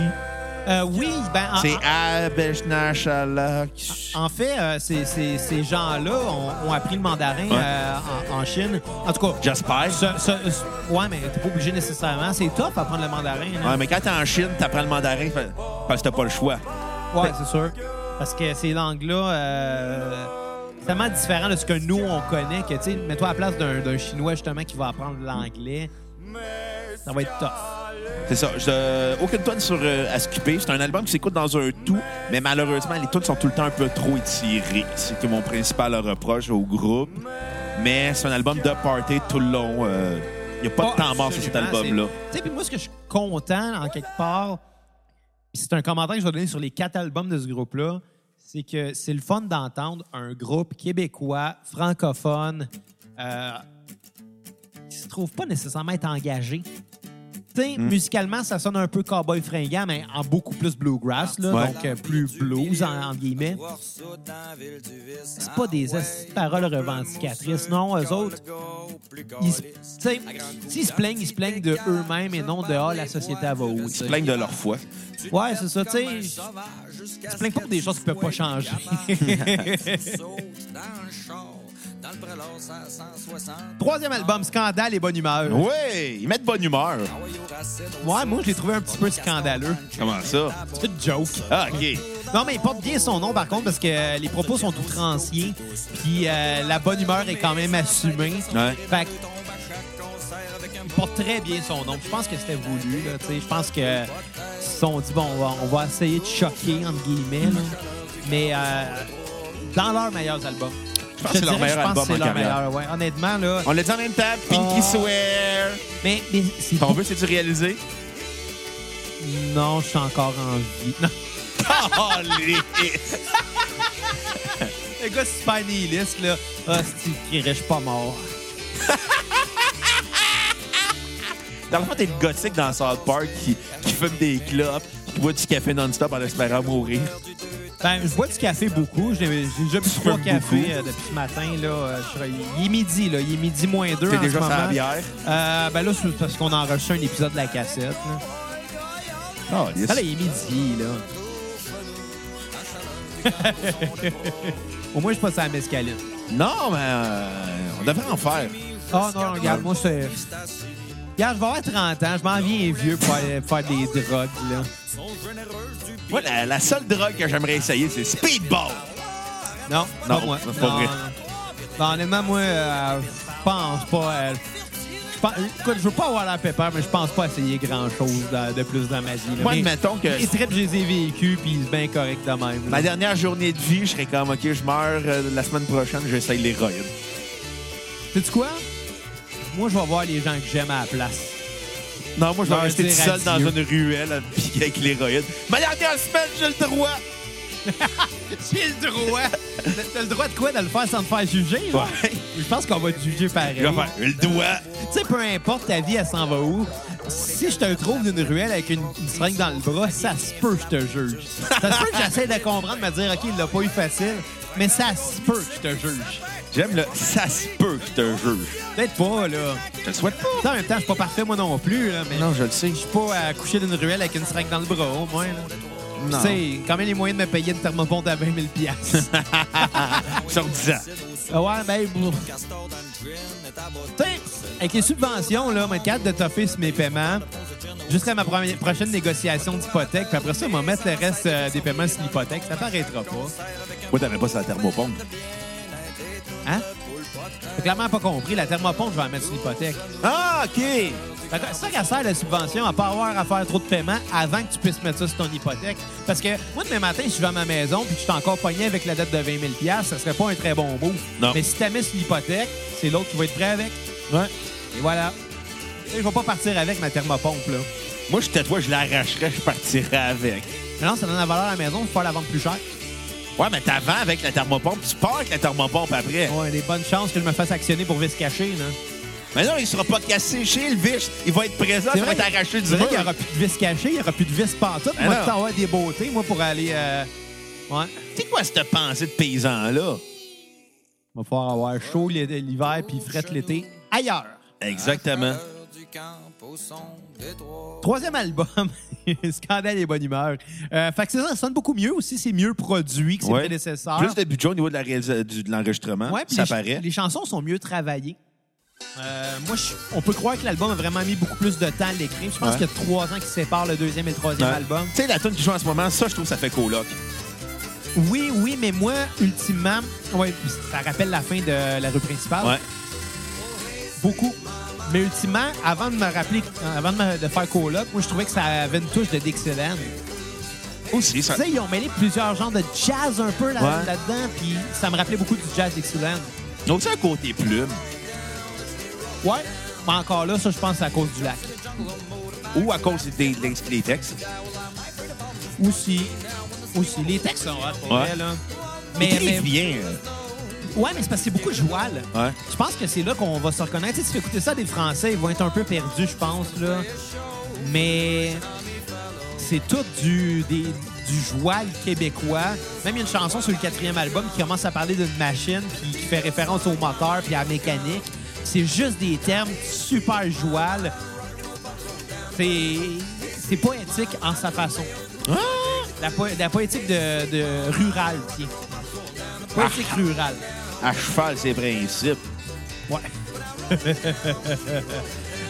Euh, oui, ben, en,
C'est Abeshnashalak.
en fait, euh, ces, ces- ces gens-là ont, ont appris le mandarin euh, en, en Chine. En tout cas,
J'espère.
ce- ce- ce- ouais, mais t'es pas obligé nécessairement. C'est top apprendre le mandarin. là.
Ouais, mais quand t'es en Chine, t'apprends le mandarin fait- parce que t'as pas le choix.
Ouais, c'est sûr. Parce que ces langues-là, euh, c'est tellement différent de ce que nous, on connaît que, tu sais, mets-toi à la place d'un d'un Chinois, justement, qui va apprendre l'anglais. Ça va être tough.
C'est ça. Je- aucune tonne sur euh, à skipper. C'est un album qui s'écoute dans un tout, mais malheureusement, les tunes sont tout le temps un peu trop étirées. C'est que mon principal reproche au groupe. Mais c'est un album de party tout le long. euh, Il n'y a pas de temps mort sur cet
Absolument,
album-là.
c'est- Tu sais, puis moi, ce que je suis content, en quelque part, puis c'est un commentaire que je vais donner sur les quatre albums de ce groupe-là, c'est que c'est le fun d'entendre un groupe québécois, francophone, euh, qui se trouve pas nécessairement être engagé. diversité.
Hmm.
Musicalement, ça sonne un peu cowboy fringant, mais en beaucoup plus bluegrass, là,
Ouais.
donc euh, plus blues, en, en guillemets. C'est pas des esti de paroles revendicatrices, non, eux autres. Ils, se- tu sais, s'ils se plaignent, ils se plaignent de eux-mêmes et non de ah, la société elle va où. tu sais.
Ils plaignent de leur foi.
Ouais, c'est ça, tu sais. Ils se plaignent pas pour des choses qu'ils peuvent pas changer. Troisième album, Scandale et Bonne Humeur.
Oui, ils mettent bonne humeur.
Ouais, moi, je l'ai trouvé un petit peu scandaleux.
Comment ça?
C'est une joke.
Ah, OK.
Non, mais il porte bien son nom, par contre, parce que euh, les propos sont outranciers. Puis euh, la bonne humeur est quand même assumée.
Ouais.
Fait que, il porte très bien son nom. Je pense que c'était voulu. là, tu sais. Je pense que ils se sont dit, bon, on va, on va essayer de choquer, entre guillemets. là. Mais euh, dans leurs meilleurs albums. Je
pense que c'est leur
dirais,
meilleur
je pense que
album
c'est
en
leur
carrière.
meilleur, ouais. Honnêtement, là.
On l'a dit en même temps, Pinky
Ah.
Swear.
Mais, mais c'est.
Ton vœu, c'est-tu réalisé?
Non, je suis encore en vie. Non.
Oh,
Le gars super nihiliste, là. Ah, c'est qui je suis pas mort.
Dans le fond, t'es le gothique dans South Park qui, qui fume des clopes, qui boit du café non-stop en espérant mourir.
Ben, je bois du café beaucoup. J'ai j'ai déjà bu trois
fumes
cafés
beaucoup.
euh, depuis ce matin. Là, Euh, je serais- il est midi, là. Il est midi moins deux.
T'es
en
déjà
ce
sur la
moment.
bière?
Euh, ben là, c'est parce qu'on a enregistré un épisode de la cassette. Là.
Oh, yes.
Ah, là, il est midi, là. Au moins, je passe à la mescaline.
Non, mais euh, on devrait en faire.
Ah non, non, regarde, moi, c'est. Regarde, je vais avoir 30 ans. Je m'en viens vieux pour aller faire des drogues, là.
Moi, la, la seule drogue que j'aimerais essayer, c'est Speedball.
Non,
Non,
pas moi.
c'est pas vrai.
non. Non, honnêtement, moi, euh, je pense pas. euh, je pense- écoute, je veux pas avoir la pépère, mais je pense pas essayer grand-chose de, de plus dans ma vie. là.
Moi,
Mais
admettons que- Ben,
Les trips, je les ai vécus, puis c'est bien correct de même.
Ma dernière journée de vie, je serais comme, OK, je meurs euh, la semaine prochaine, j'essaye l'héroïne.
Sais-tu quoi? Moi, je vais voir les gens que j'aime à la place.
Non, moi, je vais
Leur
rester tout
dire
seul dans
adieu.
une ruelle à piquer avec l'héroïne. Ma dernière semaine, j'ai le droit.
J'ai le droit! T'as le droit de quoi? De le faire sans te faire juger? là?
Ouais.
Je pense qu'on va te juger pareil.
Je vais faire le doigt.
Tu sais, peu importe ta vie, elle s'en va où. Si je te trouve d'une ruelle avec une, une seringue dans le bras, ça se peut que je te juge. Ça se peut que j'essaie de comprendre, me dire, OK, il l'a pas eu facile, mais ça se peut que je te juge.
J'aime le ça se peut que te juge.
Peut-être pas, là.
Je te le souhaite pas.
Tu sais, En même temps, je suis pas parfait, moi non plus, là, mais
Non, je le sais.
je suis pas à coucher d'une ruelle avec une seringue dans le bras, au moins. Là.
Non.
Tu sais, quand même les moyens de me payer une thermobonde à 20 000 piastres.
Sur 10 ans.
Ah ouais, ben, bon. Tu sais, avec les subventions, là, mon cadre de toffer sur mes paiements jusqu'à ma premi- prochaine négociation d'hypothèque. Puis après ça, on va mettre le reste euh, des paiements sur l'hypothèque. Ça paraîtra pas.
Moi, t'avais pas sur la thermopompe.
Hein? J'ai clairement pas compris. La thermopompe, je vais la mettre sur l'hypothèque.
Ah, OK.
Fait que C'est ça qu'elle sert, la subvention, à pas avoir à faire trop de paiements avant que tu puisses mettre ça sur ton hypothèque. Parce que moi, demain matin, si je vais à ma maison puis que je suis encore pogné avec la dette de 20 000 ça serait pas un très bon move.
Non.
Mais si tu la mets sur l'hypothèque, c'est l'autre qui va être prêt avec.
Ouais.
Et voilà. Et je vais pas partir avec ma thermopompe, là.
Moi, je toi, je l'arracherais, je partirais avec.
Mais non, ça donne la valeur à la maison, il faut la vendre plus cher.
Ouais, mais t'avant avec la thermopompe, tu pars avec la thermopompe après.
Ouais, des bonnes chances que je me fasse actionner pour vice caché, là.
Mais non, il sera pas cassé chez le biche. Il va être présent, Ah, ça va être arraché du
C'est vrai
mur.
qu'il n'y aura plus de vis caché, il n'y aura plus de vis pantoute.
Ben
Moi,
non.
tu avoir des beautés, moi, pour aller. euh, Ouais.
C'est quoi cette pensée de paysan-là?
Il va falloir avoir chaud l'hi- l'hiver puis frette l'été ailleurs.
Exactement.
Troisième album, Scandale et Bonne Humeur. Euh, fait que c'est ça, ça sonne beaucoup mieux aussi, c'est mieux produit que ses
Ouais.
prédécesseurs.
Plus de budget au niveau de la réalisa- du- de l'enregistrement,
Ouais, puis
ça
les, ch-
paraît.
les chansons sont mieux travaillées. Euh, moi, je- on peut croire que l'album a vraiment mis beaucoup plus de temps à l'écrire. Je pense
Ouais.
qu'il y a trois ans qui séparent le deuxième et le troisième
Ouais.
album.
Tu sais, la tune qui joue en ce moment, ça, je trouve, ça fait coloc.
Oui, oui, mais moi, ultimement, ouais, puis ça rappelle la fin de la rue principale.
Ouais.
Beaucoup. Mais ultimement, avant de me rappeler, avant de, me- de faire coloc, moi, je trouvais que ça avait une touche de Dixieland.
Aussi, ça.
Tu sais, ils ont mêlé plusieurs genres de jazz un peu là-
Ouais.
là-dedans, puis ça me rappelait beaucoup du jazz Dixieland.
Ils ont aussi un côté plume.
Ouais, mais encore là, ça, je pense, c'est à cause du lac.
Ou à cause des, des, des textes.
Aussi. Aussi. Les textes sont hot, pour
Ouais.
vrai, là.
Mais,
Mais, mais-
bien. euh,
ouais, mais c'est parce que c'est beaucoup de joual.
Ouais.
Je pense que c'est là qu'on va se reconnaître. Tu sais, si tu fais écouter ça à des Français, ils vont être un peu perdus, je pense, là. Mais c'est tout du, des- du joual québécois. Même il y a une chanson sur le quatrième album qui commence à parler d'une machine puis qui fait référence au moteur puis à la mécanique. C'est juste des termes super joual. C'est c'est poétique en sa façon. La, po- la poétique de, de rural, tiens. Poétique rurale.
À cheval, ses principes.
Ouais.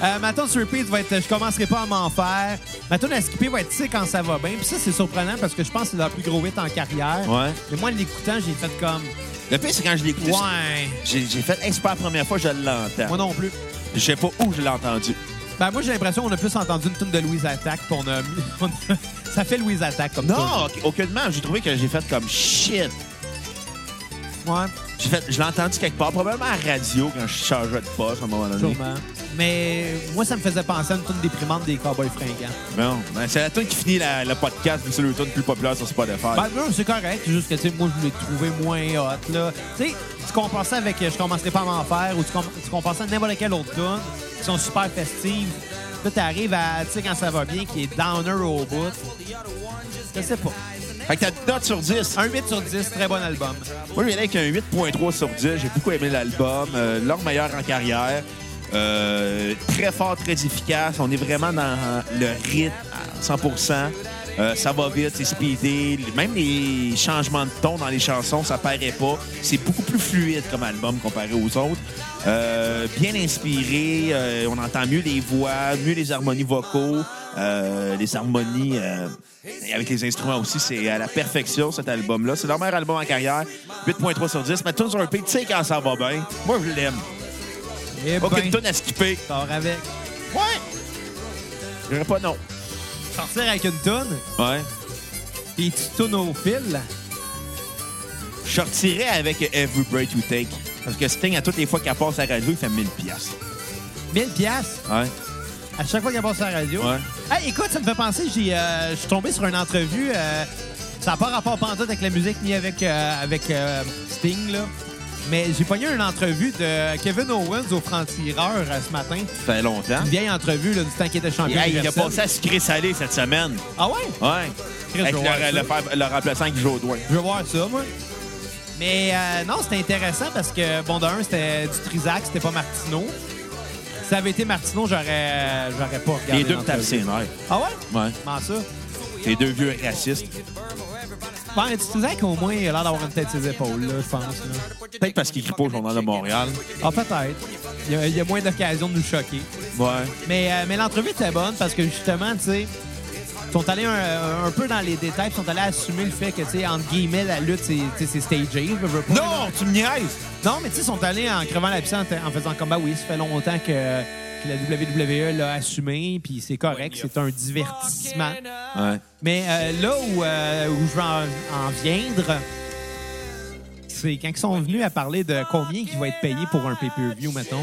euh, ma tune sur repeat va être Je commencerai pas à m'en faire. Ma tune à skipper va être Tu sais quand ça va bien. Puis ça, c'est surprenant parce que je pense que c'est leur plus gros hit en carrière.
Ouais.
Mais moi, en l'écoutant, j'ai fait comme
Le pire, c'est quand je l'ai écouté,
Ouais.
j'ai j'ai fait hey, c'est pas la première fois que je l'entends.
Moi non plus.
Je sais pas où je l'ai entendu.
Ben, moi, j'ai l'impression qu'on a plus entendu une tune de Louise Attack. Puis on a mis- on a- ça fait Louise Attack comme
Non, au- aucunement. J'ai trouvé que j'ai fait comme shit.
tune. Ouais,
J'ai fait, je l'ai entendu quelque part, probablement à la radio quand je changeais de poste à un moment donné.
sûrement. Mais moi, ça me faisait penser à une tune déprimante des Cowboys fringants.
Non, ben, c'est la tune qui finit la- le podcast, vu que c'est le tune le plus populaire sur Spotify.
Ben, non, c'est correct. C'est juste que, tu sais, moi, je l'ai trouvé moins hot, là. Tu sais, tu compares ça avec euh, Je commencerai pas à m'en faire ou tu, com- tu compares ça à n'importe quelle autre tune qui sont super festives. Là, t'arrives à, tu sais, quand ça va bien, qui est downer au bout. Je sais pas.
Fait que ta note sur 10.
Un 8 sur 10, très bon album.
Moi, je viens avec un 8.3 sur 10. J'ai beaucoup aimé l'album. Euh, leur meilleur en carrière. Euh, très fort, très efficace. On est vraiment dans le rythme à 100 Euh, ça va vite, c'est speedé. Même les changements de ton dans les chansons, ça paraît pas. C'est beaucoup plus fluide comme album comparé aux autres. Euh, bien inspiré, euh, on entend mieux les voix, mieux les harmonies vocaux, euh, les harmonies euh, et avec les instruments aussi. C'est à la perfection cet album-là. C'est leur meilleur album en carrière. 8.3 sur 10. Mais tune sur un P, tu sais quand ça va bien. Moi, je l'aime.
Et
Aucune tune à skipper.
Eh ben, sors avec.
Ben. Ouais! Je dirais pas non.
Sortir avec une tune,
Ouais.
puis tu tournes au fil.
Je sortirais avec Every Breath You Take. Parce que Sting, à toutes les fois qu'il passe à la radio, il fait 1000 piastres.
1000 piastres
Ouais.
à chaque fois qu'il passe à la radio.
Ouais.
Hey, écoute, ça me fait penser, j'ai, euh, je suis tombé sur une entrevue. euh, ça n'a pas rapport pantoute avec la musique ni avec, euh, avec euh, Sting, là. Mais j'ai pogné une entrevue de Kevin Owens au Franc-Tireur euh, ce matin.
Ça fait longtemps.
Une vieille entrevue là, du temps qu'il était champion.
Ah. Hey, il a
universel.
passé à sucré salé cette semaine.
Ah ouais?
Ouais.
Chris,
Avec
je
le,
vais voir ça.
le, fa- le remplaçant avec Jodouin.
Je veux voir ça, moi. Mais euh, non, c'était intéressant parce que, bon, d'un, c'était du Trisac, c'était pas Martineau. Si ça avait été Martineau, j'aurais, euh, j'aurais pas regardé.
Les deux me tapent
l'entrevue.
ses nerfs.
Ah ouais?
Ouais.
Comment ça?
Les deux vieux racistes.
Ben, du Trisac, au moins, il a l'air d'avoir une tête sur ses épaules, là, je pense. là.
Peut-être parce qu'il crie pas au Journal de Montréal.
Ah, peut-être. Il y a, il y a moins d'occasions de nous choquer.
Ouais.
Mais, euh, mais l'entrevue était bonne parce que, justement, tu sais, ils sont allés un, un peu dans les détails, puis ils sont allés assumer le fait que, tu sais, entre guillemets, la lutte, c'est, tu sais, c'est stagé. je veux pas.
Non, tu me niaises!
Non, mais tu sais, ils sont allés en crevant la piscine en en faisant comme bah oui, ça fait longtemps que, que la WWE l'a assumé, puis c'est correct, c'est un divertissement.
Ouais.
Mais euh, là où, euh, où je veux en, en viendre, c'est quand ils sont venus à parler de combien qui va être payé pour un pay-per-view, mettons.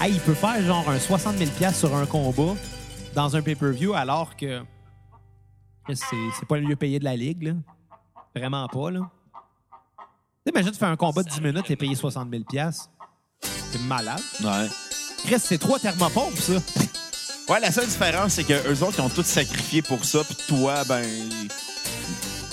Ah, il peut faire genre un 60 000 piastres sur un combat dans un pay-per-view, alors que que c'est c'est pas le lieu payé de la ligue, là. Vraiment pas, là. T'imagines, tu fais un combat de 10 minutes et payer 60 000 piastres. C'est malade.
Ouais.
Chris, c'est trois thermopompes, ça.
Ouais, la seule différence, c'est que eux autres, ils ont tous sacrifié pour ça, puis toi, ben.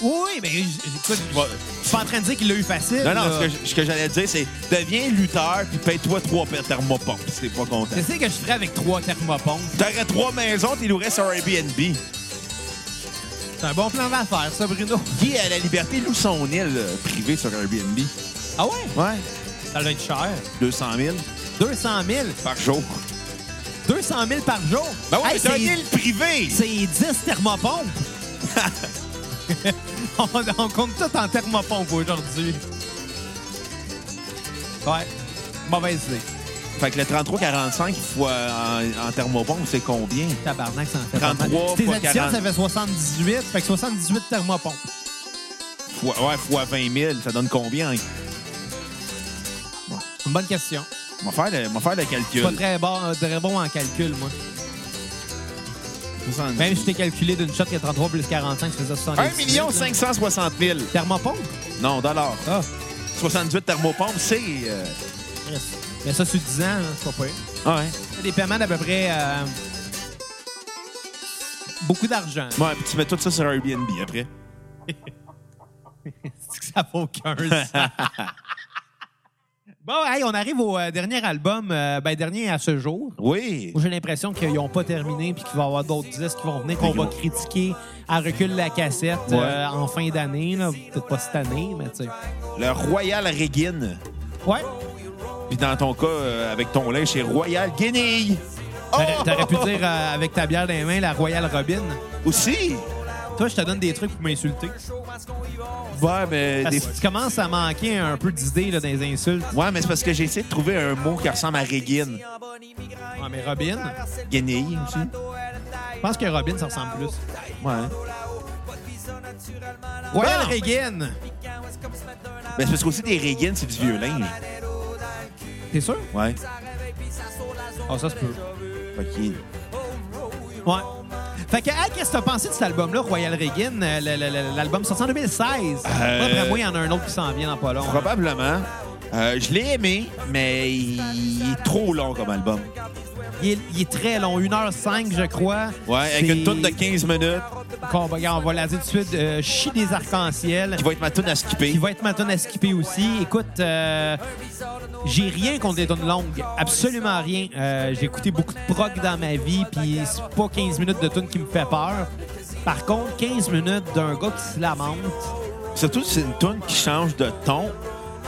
Oui, oui, mais j- écoute,
Ouais.
je suis pas en train de dire qu'il l'a eu facile.
Non, non,
là.
ce que, je- ce que j'allais dire, c'est deviens lutteur, puis paye-toi trois paires de thermopompes, si t'es pas content.
Qu'est-ce que je ferais avec trois thermopompes?
T'aurais trois maisons, t'es louerais sur Airbnb.
C'est un bon plan d'affaires, ça, Bruno.
Guy à la liberté loue son île euh, privée sur Airbnb.
Ah ouais?
Ouais.
Ça doit être cher.
200 000
200 000.
par jour.
200 000 par jour.
Ben ouais,
Hey,
mais t'as une île
c'est,
privée!
c'est 10 thermopompes. on, on compte tout en thermopompes aujourd'hui. Ouais. Mauvaise idée.
Fait que le 33-45 fois en, en thermopompe, c'est combien?
Tabarnak, ça en fait
33
pas mal. Tes
fois
additions,
40.
ça fait 78. Fait que 78 thermopompes.
Fois, ouais, fois 20 000, ça donne combien?
Une bonne question.
On va faire le, on va faire le
Je
calcul.
suis pas très bon, euh, très bon en calcul, moi.
70
Même si je t'ai calculé d'une shot que 33 plus 45, ça faisait 70.
1 560 000.
Thermopompe?
Non, dollars.
Ah.
68 thermopompes, c'est... euh,
Mais ça, sur 10 ans, là, c'est pas pire.
Ouais.
Des paiements d'à peu près euh, beaucoup d'argent.
Ouais, puis tu mets tout ça sur Airbnb après.
C'est que ça vaut aucun sens. bon, hey, on arrive au euh, dernier album, euh, ben, dernier à ce jour.
Oui.
J'ai l'impression qu'ils n'ont pas terminé puis qu'il va y avoir d'autres disques qui vont venir, qu'on va critiquer à recul de la cassette
Ouais.
euh, en fin d'année. là. Peut-être pas cette année, mais tu sais.
Le Royal Regin.
Ouais,
Puis dans ton cas, euh, avec ton linge, c'est Royal Guinea. Ah!
t'aurais t'aurais pu dire euh, avec ta bière dans les mains, la Royal Robin.
Aussi.
Toi, je te donne des trucs pour m'insulter.
Ouais, mais
Parce
des-
que tu commences à manquer un peu d'idées là, dans les insultes.
Ouais, mais c'est parce que j'ai essayé de trouver un mot qui ressemble à Regin.
Ah, mais Robin,
Guinea aussi.
je pense que Robin, ça ressemble plus.
Ouais. Ben,
Royal
Bon.
Reagan.
Ben, c'est parce qu'aussi des Regin, c'est du vieux linge.
T'es sûr?
Ouais.
Ah, ça se peut.
Ok.
Ouais. Fait que, hey, qu'est-ce que t'as pensé de cet album-là, Royal Reagan, euh, le- le- le- l'album sorti en 2016?
Euh,
Après moi, il y en a un autre qui s'en vient dans pas long.
Probablement. Euh, je l'ai aimé, mais il est trop long comme album.
Il est, il est très long, 1h05, je crois.
Ouais, avec
C'est-
une toune de 15 minutes
Qu'on va- regarde, On va la dire tout de suite, euh, Chie des arcs-en-ciel.
qui va être ma toune à skipper.
qui va être ma tonne à skipper aussi. Écoute, euh, j'ai rien contre les tonnes longues, absolument rien. Euh, j'ai écouté beaucoup de prog dans ma vie, puis c'est pas 15 minutes de tonne qui me fait peur. Par contre, 15 minutes d'un gars qui se lamente,
Surtout, c'est une toune qui change de ton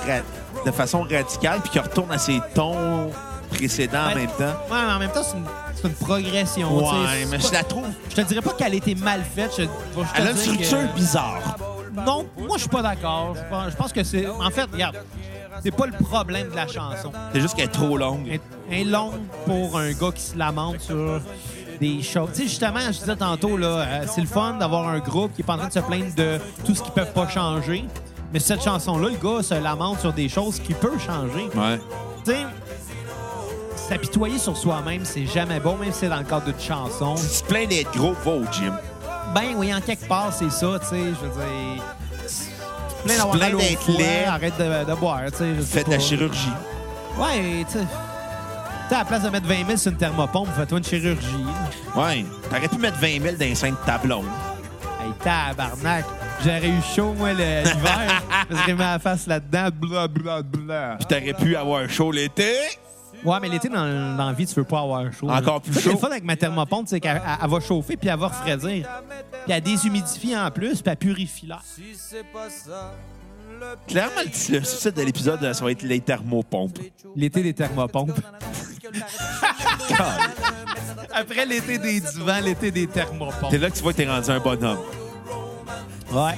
ra- de façon radicale puis qui retourne à ses tons précédents en
Ouais.
même temps.
ben, ouais, mais en même temps, c'est une, c'est une progression. tu sais.
Ouais,
C'est
mais
pas-
je la trouve.
je te dirais pas qu'elle était mal faite. Je, je te
Elle a une
dire que-
structure bizarre.
Non, moi, je suis pas d'accord. Je pense- Je pense que c'est... En fait, regarde, c'est pas le problème de la chanson.
C'est juste qu'elle est trop longue.
un, un long pour un gars qui se lamente sur des choses. Tu sais, justement, je disais tantôt, là, euh, c'est le fun d'avoir un groupe qui est pas en train de se plaindre de tout ce qu'ils peuvent pas changer. Mais sur cette chanson-là, le gars se lamente sur des choses qui peuvent changer.
Ouais.
Tu sais, s'apitoyer sur soi-même, c'est jamais bon, même si c'est dans le cadre d'une chanson.
Si tu te plains d'être gros, va au gym.
Ben oui, en quelque part, c'est ça, tu sais, je veux dire... tu te plains
Tu
d'avoir
te plains
mal au
d'être
foie,
laid.
arrête de, de boire, tu sais. je sais
Fais de la
pas.
chirurgie.
Ouais, tu sais. t'sais, à la place de mettre 20 000 sur une thermopompe, fais-toi une chirurgie.
Ouais. T'aurais pu mettre 20 000 dans les seins de ta blonde.
Hey, tabarnak. J'aurais eu chaud, moi, le- l'hiver. Je me serais mis la face là-dedans. Bla, bla, bla.
Puis t'aurais pu avoir chaud l'été.
Ouais, mais l'été, dans, dans la vie, tu veux pas avoir chaud.
Encore
là.
plus
Ça, c'est
chaud.
Le fun avec ma thermopompe, c'est qu'elle elle- elle va chauffer puis elle va refroidir. Puis elle déshumidifie en plus, puis elle purifie l'air.
Si c'est pas ça, le
Clairement, le, le succès de l'épisode, euh, ça va être les thermopompes.
L'été des thermopompes. Après l'été des divans, l'été des
C'est
thermopompes.
là que tu vois que t'es rendu un bonhomme.
Ouais.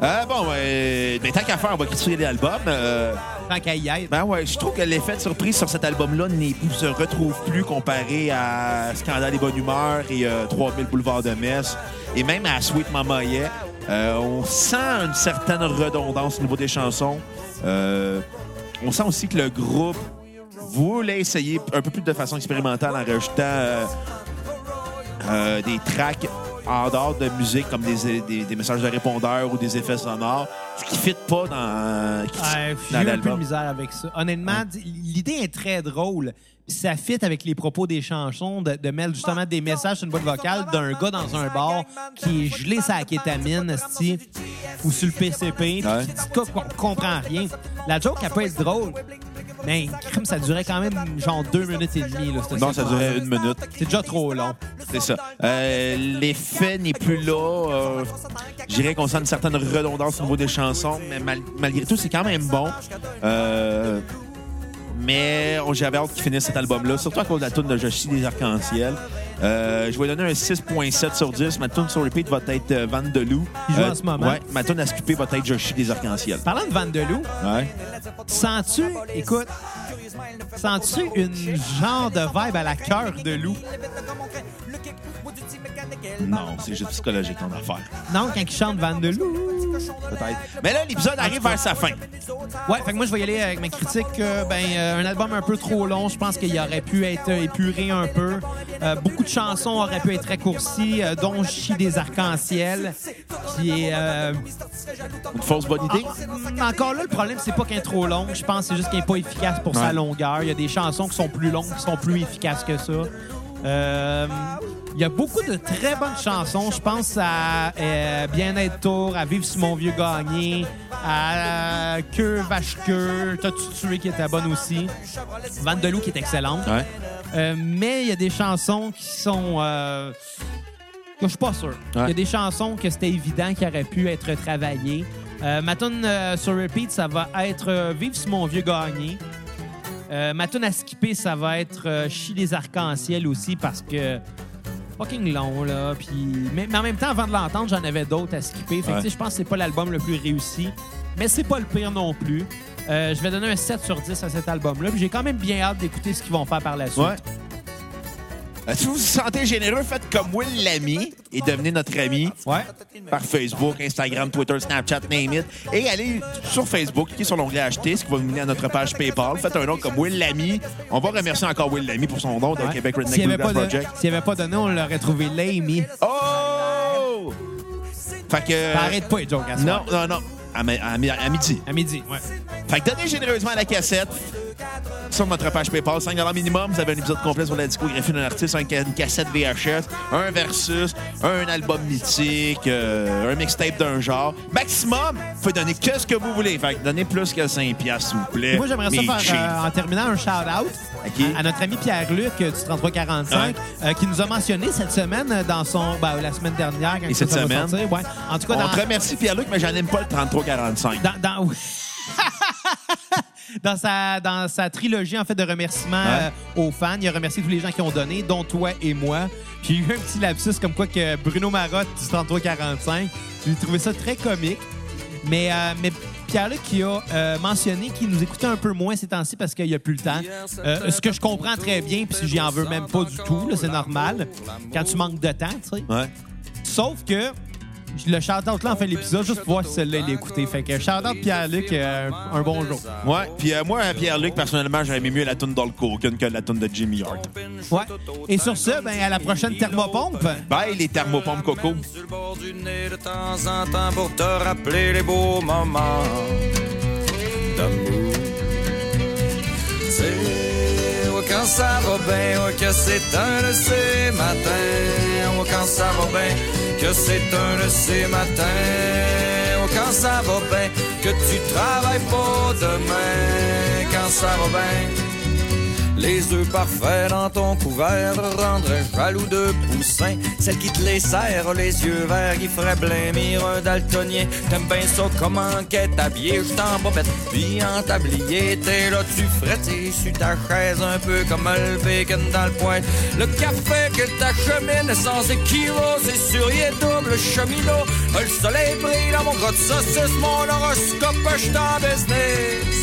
Ah bon, euh, ben, tant qu'à faire, on va critiquer l'album. Euh,
Tant qu'à y être.
ben ouais, je trouve que l'effet de surprise sur cet album-là ne se retrouve plus comparé à Scandale et Bonne Humeur et euh, 3000 Boulevard de Metz et même à Sweet Mama Yeah. Euh, on sent une certaine redondance au niveau des chansons. Euh, on sent aussi que le groupe voulait essayer un peu plus de façon expérimentale en rajoutant euh, euh, des tracks en dehors de musique comme des, des- des messages de répondeurs ou des effets sonores, ce qui fit pas dans, euh, qui-
Ouais, J'ai eu un
dans
peu de
l'album.
misère avec ça. Honnêtement, d- l'idée est très drôle. Puis ça fit avec les propos des chansons de, de mettre justement des messages sur une boîte vocale d'un gars dans un bar qui est gelé sa kétamine esti, ou sur le PCP.
Ouais.
Puis qui dit quoi qu'on comprend rien. La joke, elle peut être drôle. Mais crime, ça durait quand même genre deux minutes et demie. Là, cette
Non, ça
séquence.
durait une minute.
C'est déjà trop long.
C'est ça. Euh, L'effet n'est plus là. Euh, Je dirais qu'on sent une certaine redondance au niveau des chansons, mais mal- malgré tout, c'est quand même bon. Euh, mais on- j'avais hâte qu'ils finissent cet album-là, surtout à cause de la tune de Je suis des arcs-en-ciel. Euh, je vais donner un 6.7 sur 10. Ma tune sur repeat va être euh, Van de Loup.
Il joue en ce moment.
Ouais, ma tune à skipper va être Je suis des arcs-en-ciel.
Parlant de Vandelou,
Ouais.
sens-tu, écoute, sens-tu une genre de vibe à la cœur de loup?
Non, c'est juste psychologique ton affaire.
Non, quand il chante Vandelou.
Peut-être. Mais là, l'épisode arrive vers sa fin.
Ouais, fait que moi, je vais y aller avec ma critique. Euh, ben, euh, un album un peu trop long. Je pense qu'il aurait pu être euh, épuré un peu. Euh, beaucoup de chansons auraient pu être raccourcies, euh, dont Chie des arcs-en-ciel, qui est... euh,
Une fausse bonne idée?
en- Mm, encore là, le problème, c'est pas qu'il est trop long. Je pense que c'est juste qu'il n'est pas efficace pour
Ouais.
sa longueur. Il y a des chansons qui sont plus longues, qui sont plus efficaces que ça. Euh, Il y a beaucoup de très bonnes chansons. Je pense à euh, Bien-être Tour, à Vive si mon vieux gagné, à euh, Que vache que, T'as-tu tué qui était bonne aussi, Van de Loup qui est excellente.
Ouais.
Euh, mais il y a des chansons qui sont. euh, que je suis pas sûr. Il y
Ouais.
a des chansons que c'était évident qui auraient pu être travaillées. Euh, ma tune euh, sur repeat, ça va être euh, Vive si mon vieux gagné. Euh, ma tune à skipper, ça va être euh, Chie les arcs-en-ciel aussi parce que fucking long là. Puis mais, mais en même temps, avant de l'entendre, j'en avais d'autres à skipper. Fait que,
Ouais.
tu sais, je pense que c'est pas l'album le plus réussi, mais c'est pas le pire non plus. Euh, je vais donner un 7 sur 10 à cet album-là. Puis j'ai quand même bien hâte d'écouter ce qu'ils vont faire par la suite.
Ouais. Euh, Si vous vous sentez généreux, faites comme Will Lamy et devenez notre ami
Ouais.
par Facebook, Instagram, Twitter, Snapchat, name it. Et allez sur Facebook, cliquez sur l'onglet Acheter, ce qui va vous mener à notre page PayPal. Faites un don comme Will Lamy. On va remercier encore Will Lamy pour son don de
Ouais.
Québec Redneck
S'il avait
Bluegrass
pas don-
Project. Euh,
S'il avait pas donné, on l'aurait trouvé Lamy.
Oh! Fait que.
Arrête pas les jokes à
Non,
soir.
non, non. À, mi- à mi- à midi.
À midi, ouais.
Fait que donnez généreusement à la cassette. Sur notre page PayPal, 5 minimum, vous avez un épisode complet sur la discographie d'un artiste, un ca- une cassette VHS, un versus, un album mythique, euh, un mixtape d'un genre. Maximum, vous pouvez donner que ce que vous voulez. Fait que donnez plus que 5 piastres, s'il vous plaît.
Moi, j'aimerais ça
Mes
faire,
chiefs.
euh, en terminant, un shout-out
À qui?
à, à notre ami Pierre-Luc euh, du 3345 euh, qui nous a mentionné cette semaine euh, dans son... ben, la semaine dernière, quand
Et cette
ça va
semaine?
sortir, ouais. En tout cas,
On te
dans...
remercie, Pierre-Luc, mais j'en aime pas le 33-45.
dans, dans- dans sa, dans sa trilogie en fait de remerciements
Ouais.
euh, aux fans, il a remercié tous les gens qui ont donné, dont toi et moi. Puis il y a eu un petit lapsus comme quoi que Bruno Marotte du 3345, j'ai trouvé ça très comique. Mais, euh, mais Pierre-Luc qui a euh, mentionné qu'il nous écoutait un peu moins ces temps-ci parce qu'il n'y a plus le temps. Euh, ce que je comprends très bien, puis j'y en veux même pas du tout, là, c'est normal. Quand tu manques de temps, tu sais.
Ouais.
Sauf que je- le shout-out là, on fait l'épisode juste pour voir si celle-là il est écouté. Fait que shout-out Pierre-Luc, euh, un bon jour.
Ouais. Puis euh, moi, Pierre-Luc, personnellement, j'aimais mieux la toune d'Olco que la toune de Jimmy Hart.
Ouais. Et sur ce, ben, à la prochaine thermopompe.
Bye, les thermopompes coco.
Sur le bord du nez de temps en temps pour te rappeler les beaux moments d'amour. C'est ouais, quand ça va bien, ouais, que c'est un de ces matins. Ouais, quand ça va bien, que c'est un de ces matins. Ouais, quand ça va bien, que tu travailles pas demain. Quand ça va bien. Les œufs parfaits dans ton couvert rendraient jaloux de poussin. Celle qui te les serre, les yeux verts qui ferait blêmir un daltonien. T'aimes bien ça comment qu'est habillé, je t'en bobette, puis en tablier. T'es là, tu frétilles sur ta chaise un peu comme le bacon dans le poêle. Le café que t'achemines est sans équivoque, c'est sûr, il est double cheminot. Le soleil brille dans mon gros de saucisse, mon horoscope, je t'en business.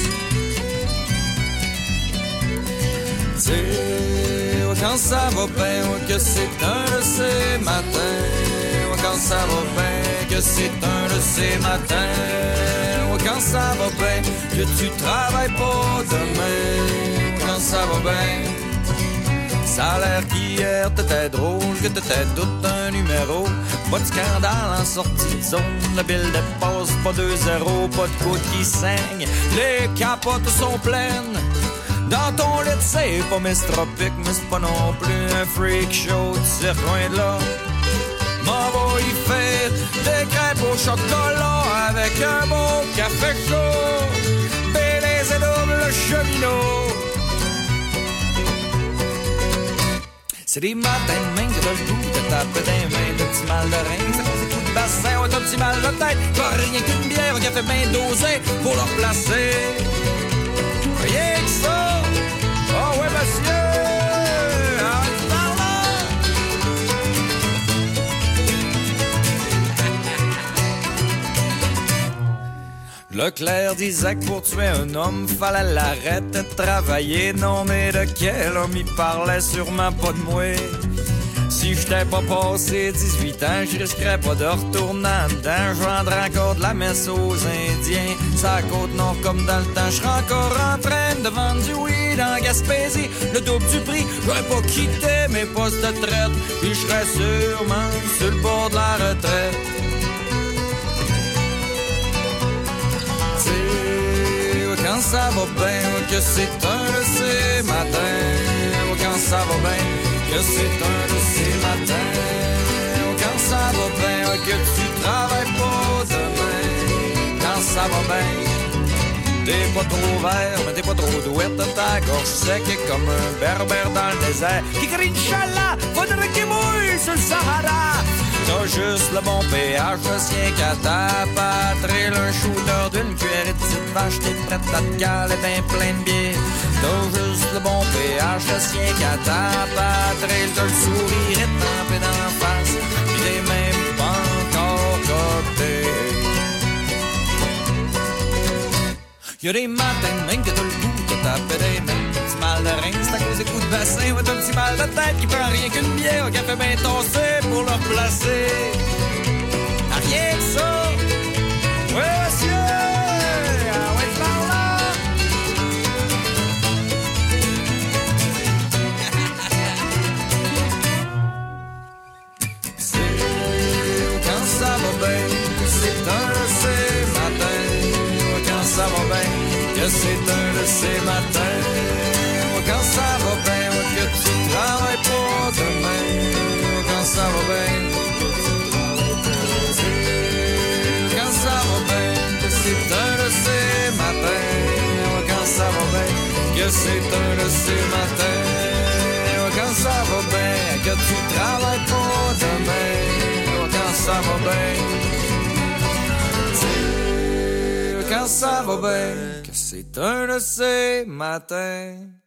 C'est ouais, quand ça va bien, ouais, que c'est un de ces matins. Ouais, Quand ça va bien, que c'est un de ces matins. Ouais, Quand ça va bien, que tu travailles pour demain. Ouais, Quand ça va bien. Ça a l'air qu'hier t'étais drôle, que t'étais tout un numéro. Pas de scandale en sortie de zone, la bille dépasse pas deux zéros, pas de côte qui saigne. Les capotes sont pleines. Dans ton lit, c'est pas mistropique, mais c'est pas non plus un freak show, tu sais, loin de là. M'en va y faire des crêpes au chocolat avec un bon café chaud. Bélez et double cheminot. C'est des matins de main que t'as le goût de taper des mains, de petit mal de rein. Ça cause des coups de bassin, ouais, t'as un petit mal de tête. Pas rien qu'une bière, un café bien dosé pour le replacer. Rien que ça! Oh ouais, monsieur! Ah, En te parlant! Leclerc disait que pour tuer un homme, fallait l'arrêter de travailler. Non, mais de quel homme il parlait sûrement pas de moi. Si j'étais pas passé 18 ans, je risquerais pas de retourner en dedans. Je vendrais encore de la messe aux Indiens. Ça côte nord comme dans le temps. Je serais encore en train de vendre du weed en Gaspésie. Le double du prix, j'aurais pas quitté mes postes de traite. Puis je serais sûrement sur le bord de la retraite. C'est ouais, quand ça va bien, ouais, que c'est un de ces matins. Ouais, Quand ça va bien, que que c'est un de ces matins où quand ça va bien, ah, que tu travailles pas demain. Quand ça va bien, t'es pas trop vert, mais t'es pas trop douette, ta gorge sec est comme un berbère dans le désert qui crie Inch'Allah, faudrait qu'il mouille sur le Sahara. T'as juste le bon péage, je tiens qu'à ta patrie, un shooter d'une cuillerée de petite vache, t'es prête à te caler ben plein de bière. T'as juste le bon péage, je tiens qu'à ta patrie, t'as le sourire étampé dans la face, pis t'es même pas encore coté. Y'a des matins de même que t'as le goût de taper des mains. T'as un petit mal de rein, c'est à cause des coups de bassin. Ouais, t'as un petit mal de tête qui prend rien qu'une bière. Qu'elle fait bien tosser pour le replacer. Ah, rien que ça. Ouais, monsieur. Ah, ouais, par là. C'est quand ça va bien, c'est un de ces matins. Quand ça va bien, que c'est un de ces matins. Quand ça va bien, que tu travailles pour demain. Quand ça va bien. C'est Quand ça va bien, que c'est un de ces matins. Quand ça va bien, que c'est un de ces matins. Quand ça va bien, que tu travailles pour demain. Quand ça va bien, quand ça va bien, que c'est un de ces matins.